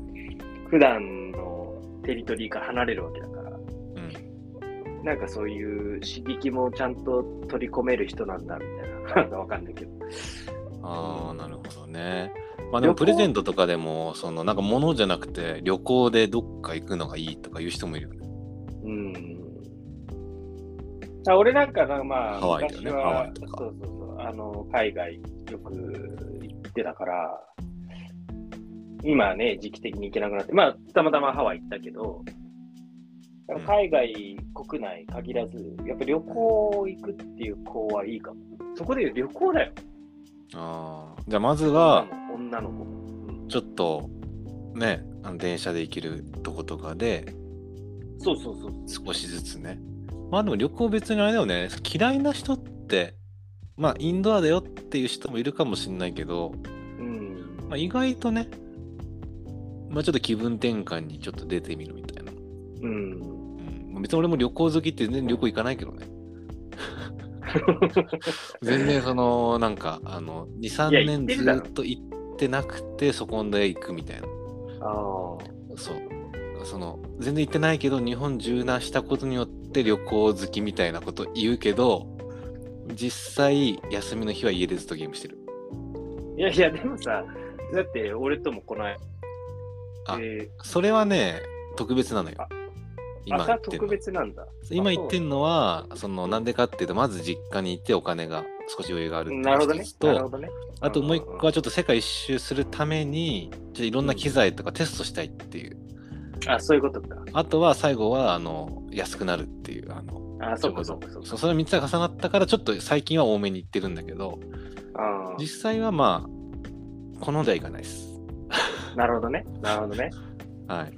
普段のテリトリーから離れるわけだから。
うん
なんかそういう刺激もちゃんと取り込める人なんだみたいな、 <laughs> なんかわかんないけど。
ああ、なるほどね。まあでもプレゼントとかでも、そのなんか物じゃなくて、旅行でどっか行くのがいいとか言う人もいるよね。
うん。あ俺なんかな、まあ、
ハワイだよね
昔
ハ
は
ワイとか
そうそうそう、あの、海外よく行ってたから、今はね、時期的に行けなくなって、まあ、たまたまハワイ行ったけど、やっぱ海外、国内限らず、やっぱ旅行行くっていう子はいいかも。そこで言う旅行だよ。
ああ。じゃあまずは、
女の子も。うん
ちょっと、ね、あの電車で行けるとことかで、
そうそうそうそう。
少しずつね。まあでも旅行別にあれだよね。嫌いな人って、まあインドアだよっていう人もいるかもしれないけど、
うん
まあ、意外とね、まあちょっと気分転換にちょっと出てみるみたいな。
うん。
うん、別に俺も旅行好きって全然旅行行かないけどね。全然そのなんかあの
いや
23
行
年
ってる
ず
だろ
っと行ってなくてそこで行くみたいな
あ
そうその全然行ってないけど日本縦断したことによって旅行好きみたいなこと言うけど実際休みの日は家でずっとゲームしてる
あ。いやいや、でもさ、だって俺ともこの間、
あ
え
それはね特別なのよ
あー、
今
朝
言ってん
特
の
別なんだ。
今言ってんのはそのなんでかっていうとまず実家に行ってお金が少し余裕があるっていう
なるほどね
一つ。と
なるほどね。
あともう一個はちょっと世界一周するためにちょっといろんな機材とかテストしたいっていう、
あ、そういうことか。
あとは最後はあの安くなるっていうあの
あ、そうかそうかそう
そ
か。
その3つが重なったからちょっと最近は多めに行ってるんだけど
あ
実際はまあ好んではいかないです
あ、なるほどね。なるほどね。
はい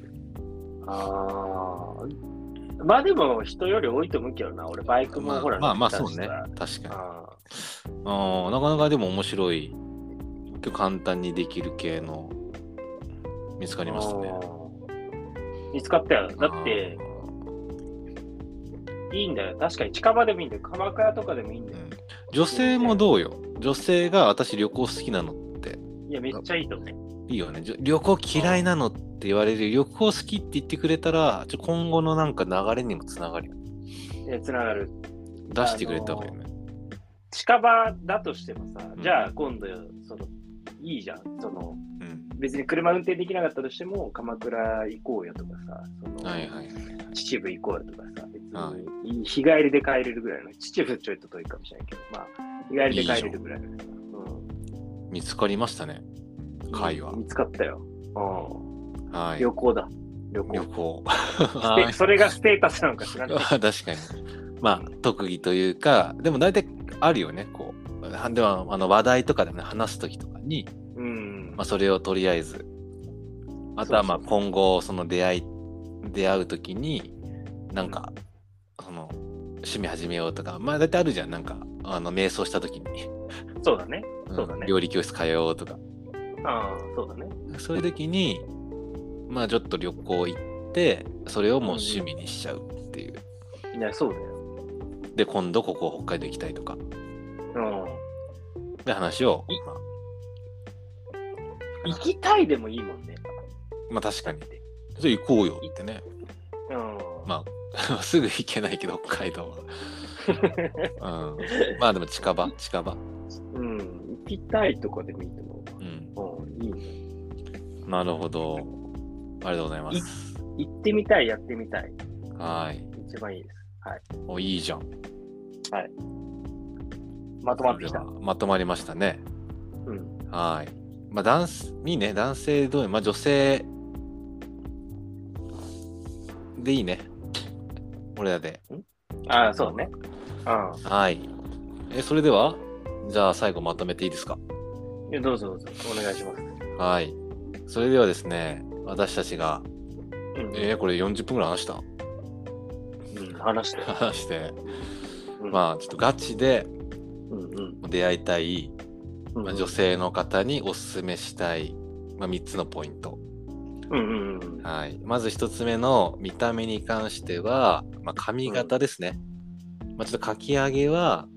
ああ。まあでも人より多いと思うけどな。俺バイク
ま
も
あ
ほら、
まあまあ
乗
そ
っ
う
てた
ね
しさ
確かに
あ
あーなかなかでも面白い結構簡単にできる系の見つかりましたね。
見つかったよ。だって、いいんだよ。確かに近場でもいいんだよ。鎌倉とかでもいいん
う
だよ。
ん、女性もどうよ女性が私旅行好きなのって
いや、めっちゃいいと思う。
いいよねじょ旅行嫌いなのって言われる旅行好きって言ってくれたらちょ今後のなんか流れにもつながるよ
え、つながる。
出してくれた方がいいよね、
近場だとしてもさ
う、ん
じゃあ今度、その、いいじゃん。その、別に車運転できなかったとしても、鎌倉行こうよとかさ、そ
うん
の
はいはい
秩父行こうよとかさ、別
は
に日帰りで帰れるぐらいの、秩父ちょっと遠いかもしれないけど、まあ、日帰りで帰れるぐらいのさ。
見つかりましたね
うん
会話
見つかったよ。うん
はい
旅行だ。旅
旅
行。 <laughs>
行
ステ
はい
それがステータスなのか知らな
<laughs>
い。
確かにまあ特技というかでも大体あるよねこうはではあの話題とかでもね、話す時とかに
うん
まあ、。それをとりあえずあとはまあ
そう
今後その出会い出会う時になんかその趣味始めようとかまあ大体あるじゃんなんかあの瞑想した時に、
そうだね。
うん
そうだね
料理教室通おうとか
ああ、そうだね。
そういう時にまあちょっと旅行行ってそれをもう趣味にしちゃうっていう、
いや、そうだよ。
で今度ここ北海道行きたいとか
う
で話を
い
まあ、
ん。行きたいでもいいもんね。
まあ確かにじゃあ行こうよってね <laughs>
うん。
まあすぐ行けないけど北海道
<laughs>
は、うん、まあでも近場近場
うん。行きたいとかでもいいと思
うん
うわ。うん、いいね。
なるほどありがとうございます
行ってみたい、やってみたい。
はい
一番いいです。はい。
おいいじゃん
まとまってきた。
これはまとまりましたね
うん。
はいまあ男性いいね男性どうまあ女性でいいね俺らで
ああ、そうね。う
はいえそれではじゃあ最後まとめていいですか
んいや。どうぞどうぞ。お願いします。
はいそれではですね私たちが
うん。
えー、これ40分ぐらい話した <laughs>
うん、話して。
話して、
うん
まあちょっとガチで
うんうん
出会いたい、
うん。
まあ、女性の方におすすめしたい、まあ、3つのポイント、
うんうんうん。
はい、まず1つ目の見た目に関しては、まあ、髪型ですね、まあ、ちょっとかき上げは、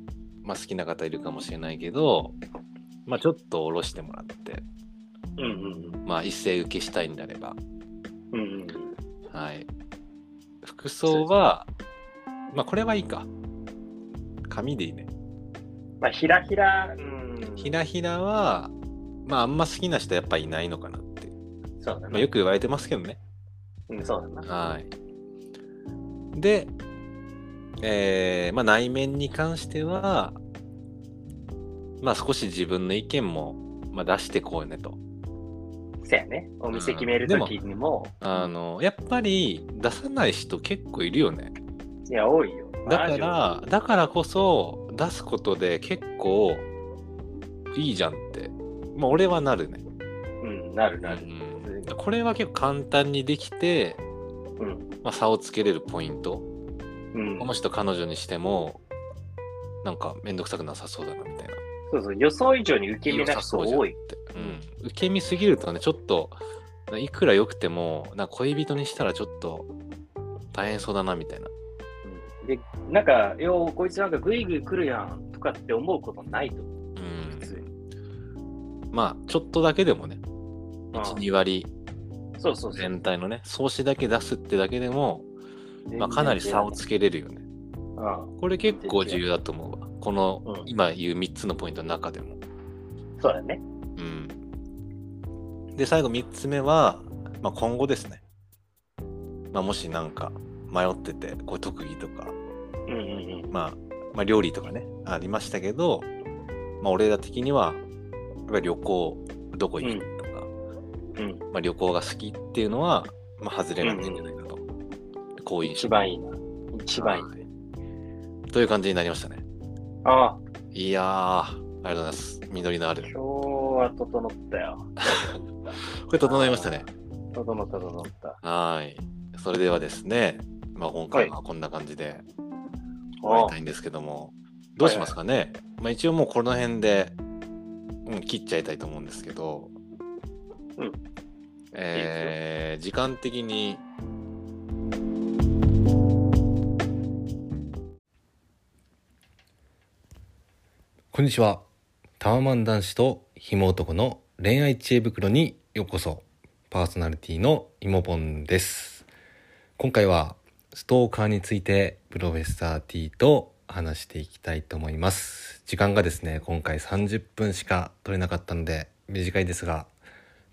まあ、好きな方いるかもしれないけど、まあ、ちょっと下ろしてもらって、
うんうん
まあ、一斉受けしたいんであれば、
うん。うんうん。
はい、服装は、まあ、これはいいか髪でいいね
まあ、ひらひら。うん。
ひ。らひらは、まあ、あんま好きな人やっぱいないのかなって、
そうだ
まあ、
ね。
よく言われてますけどね。
うん、そうだな。
はい。で、えーまあ、内面に関しては、まあ、少し自分の意見も、まあ、出してこうねと。
せやね。お店決めるときにも。
あの、やっぱり出さない人結構いるよね。
いや、多いよ。
だか
ラジオ
ら、だからこそ出すことで結構いいじゃんって。まあ、俺はなるね。
うん、なるなる。
うんこれは結構簡単にできて、
うん。
まあ、差をつけれるポイント、
うん
こ。の人彼女にしてもなんか面倒くさくなさそうだなみたいな
そうそう、予想以上に受け身
良
な
さ
人
そうじゃん
多
っ。
い
て、うん、受け身すぎるとねちょっといくら良くてもなんか恋人にしたらちょっと大変そうだなみたいな
うんで、なんか、よう、こいつなんかグイグイ来るやんとかって思うことないと思う。
う
普通
んまあちょっとだけでもね
うん
12割
そうそうそう。
全体のね総資だけ出すってだけでも、まあ、かなり差をつけれるよね
うん。
これ結構重要だと思うわこの
うん
今言う3つのポイントの中でも
そうだね。
うん、で最後3つ目は、まあ、今後ですね、まあ、もしなんか迷っててこう特技とか、
うんうんうん。
まあ、まあ料理とかねありましたけど、まあ、俺ら的にはやっぱり旅行どこ行くとか、
うん、
まあ、旅行が好きっていうのは、まあ、外れなんじゃないかと、好印
一
象
番いいな。一番いい。
はいという感じになりましたね
ああ、
いやーありがとうございます緑のあ
今
る
日は整ったよ。
これ整いましたね
整った、整った。
はい。それではですね、まあ、今回はこんな感じで終わりたいんですけども、どうしますかね、まあ、一応もうこの辺で
うん、切っちゃいたいと思うんですけど、
うん
えー時間的に
こんにちは。タワマン男子とひも男の恋愛知恵袋にようこそ。パーソナリティのイモポンです。今回はストーカーについてプロフェッサー T と話していきたいと思います。時間がですね、今回30分しか取れなかったので短いですが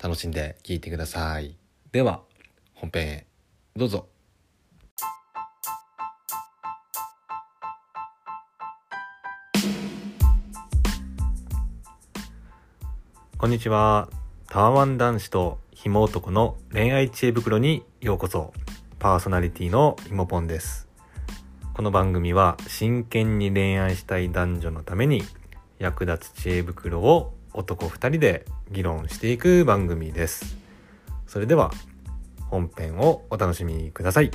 楽しんで聞いてください。では本編へどうぞ。こんにちは。タワマン男子とひも男の恋愛知恵袋にようこそ。パーソナリティのひもぽんです。この番組は真剣に恋愛したい男女のために役立つ知恵袋を男2人で議論していく番組です。それでは本編をお楽しみください。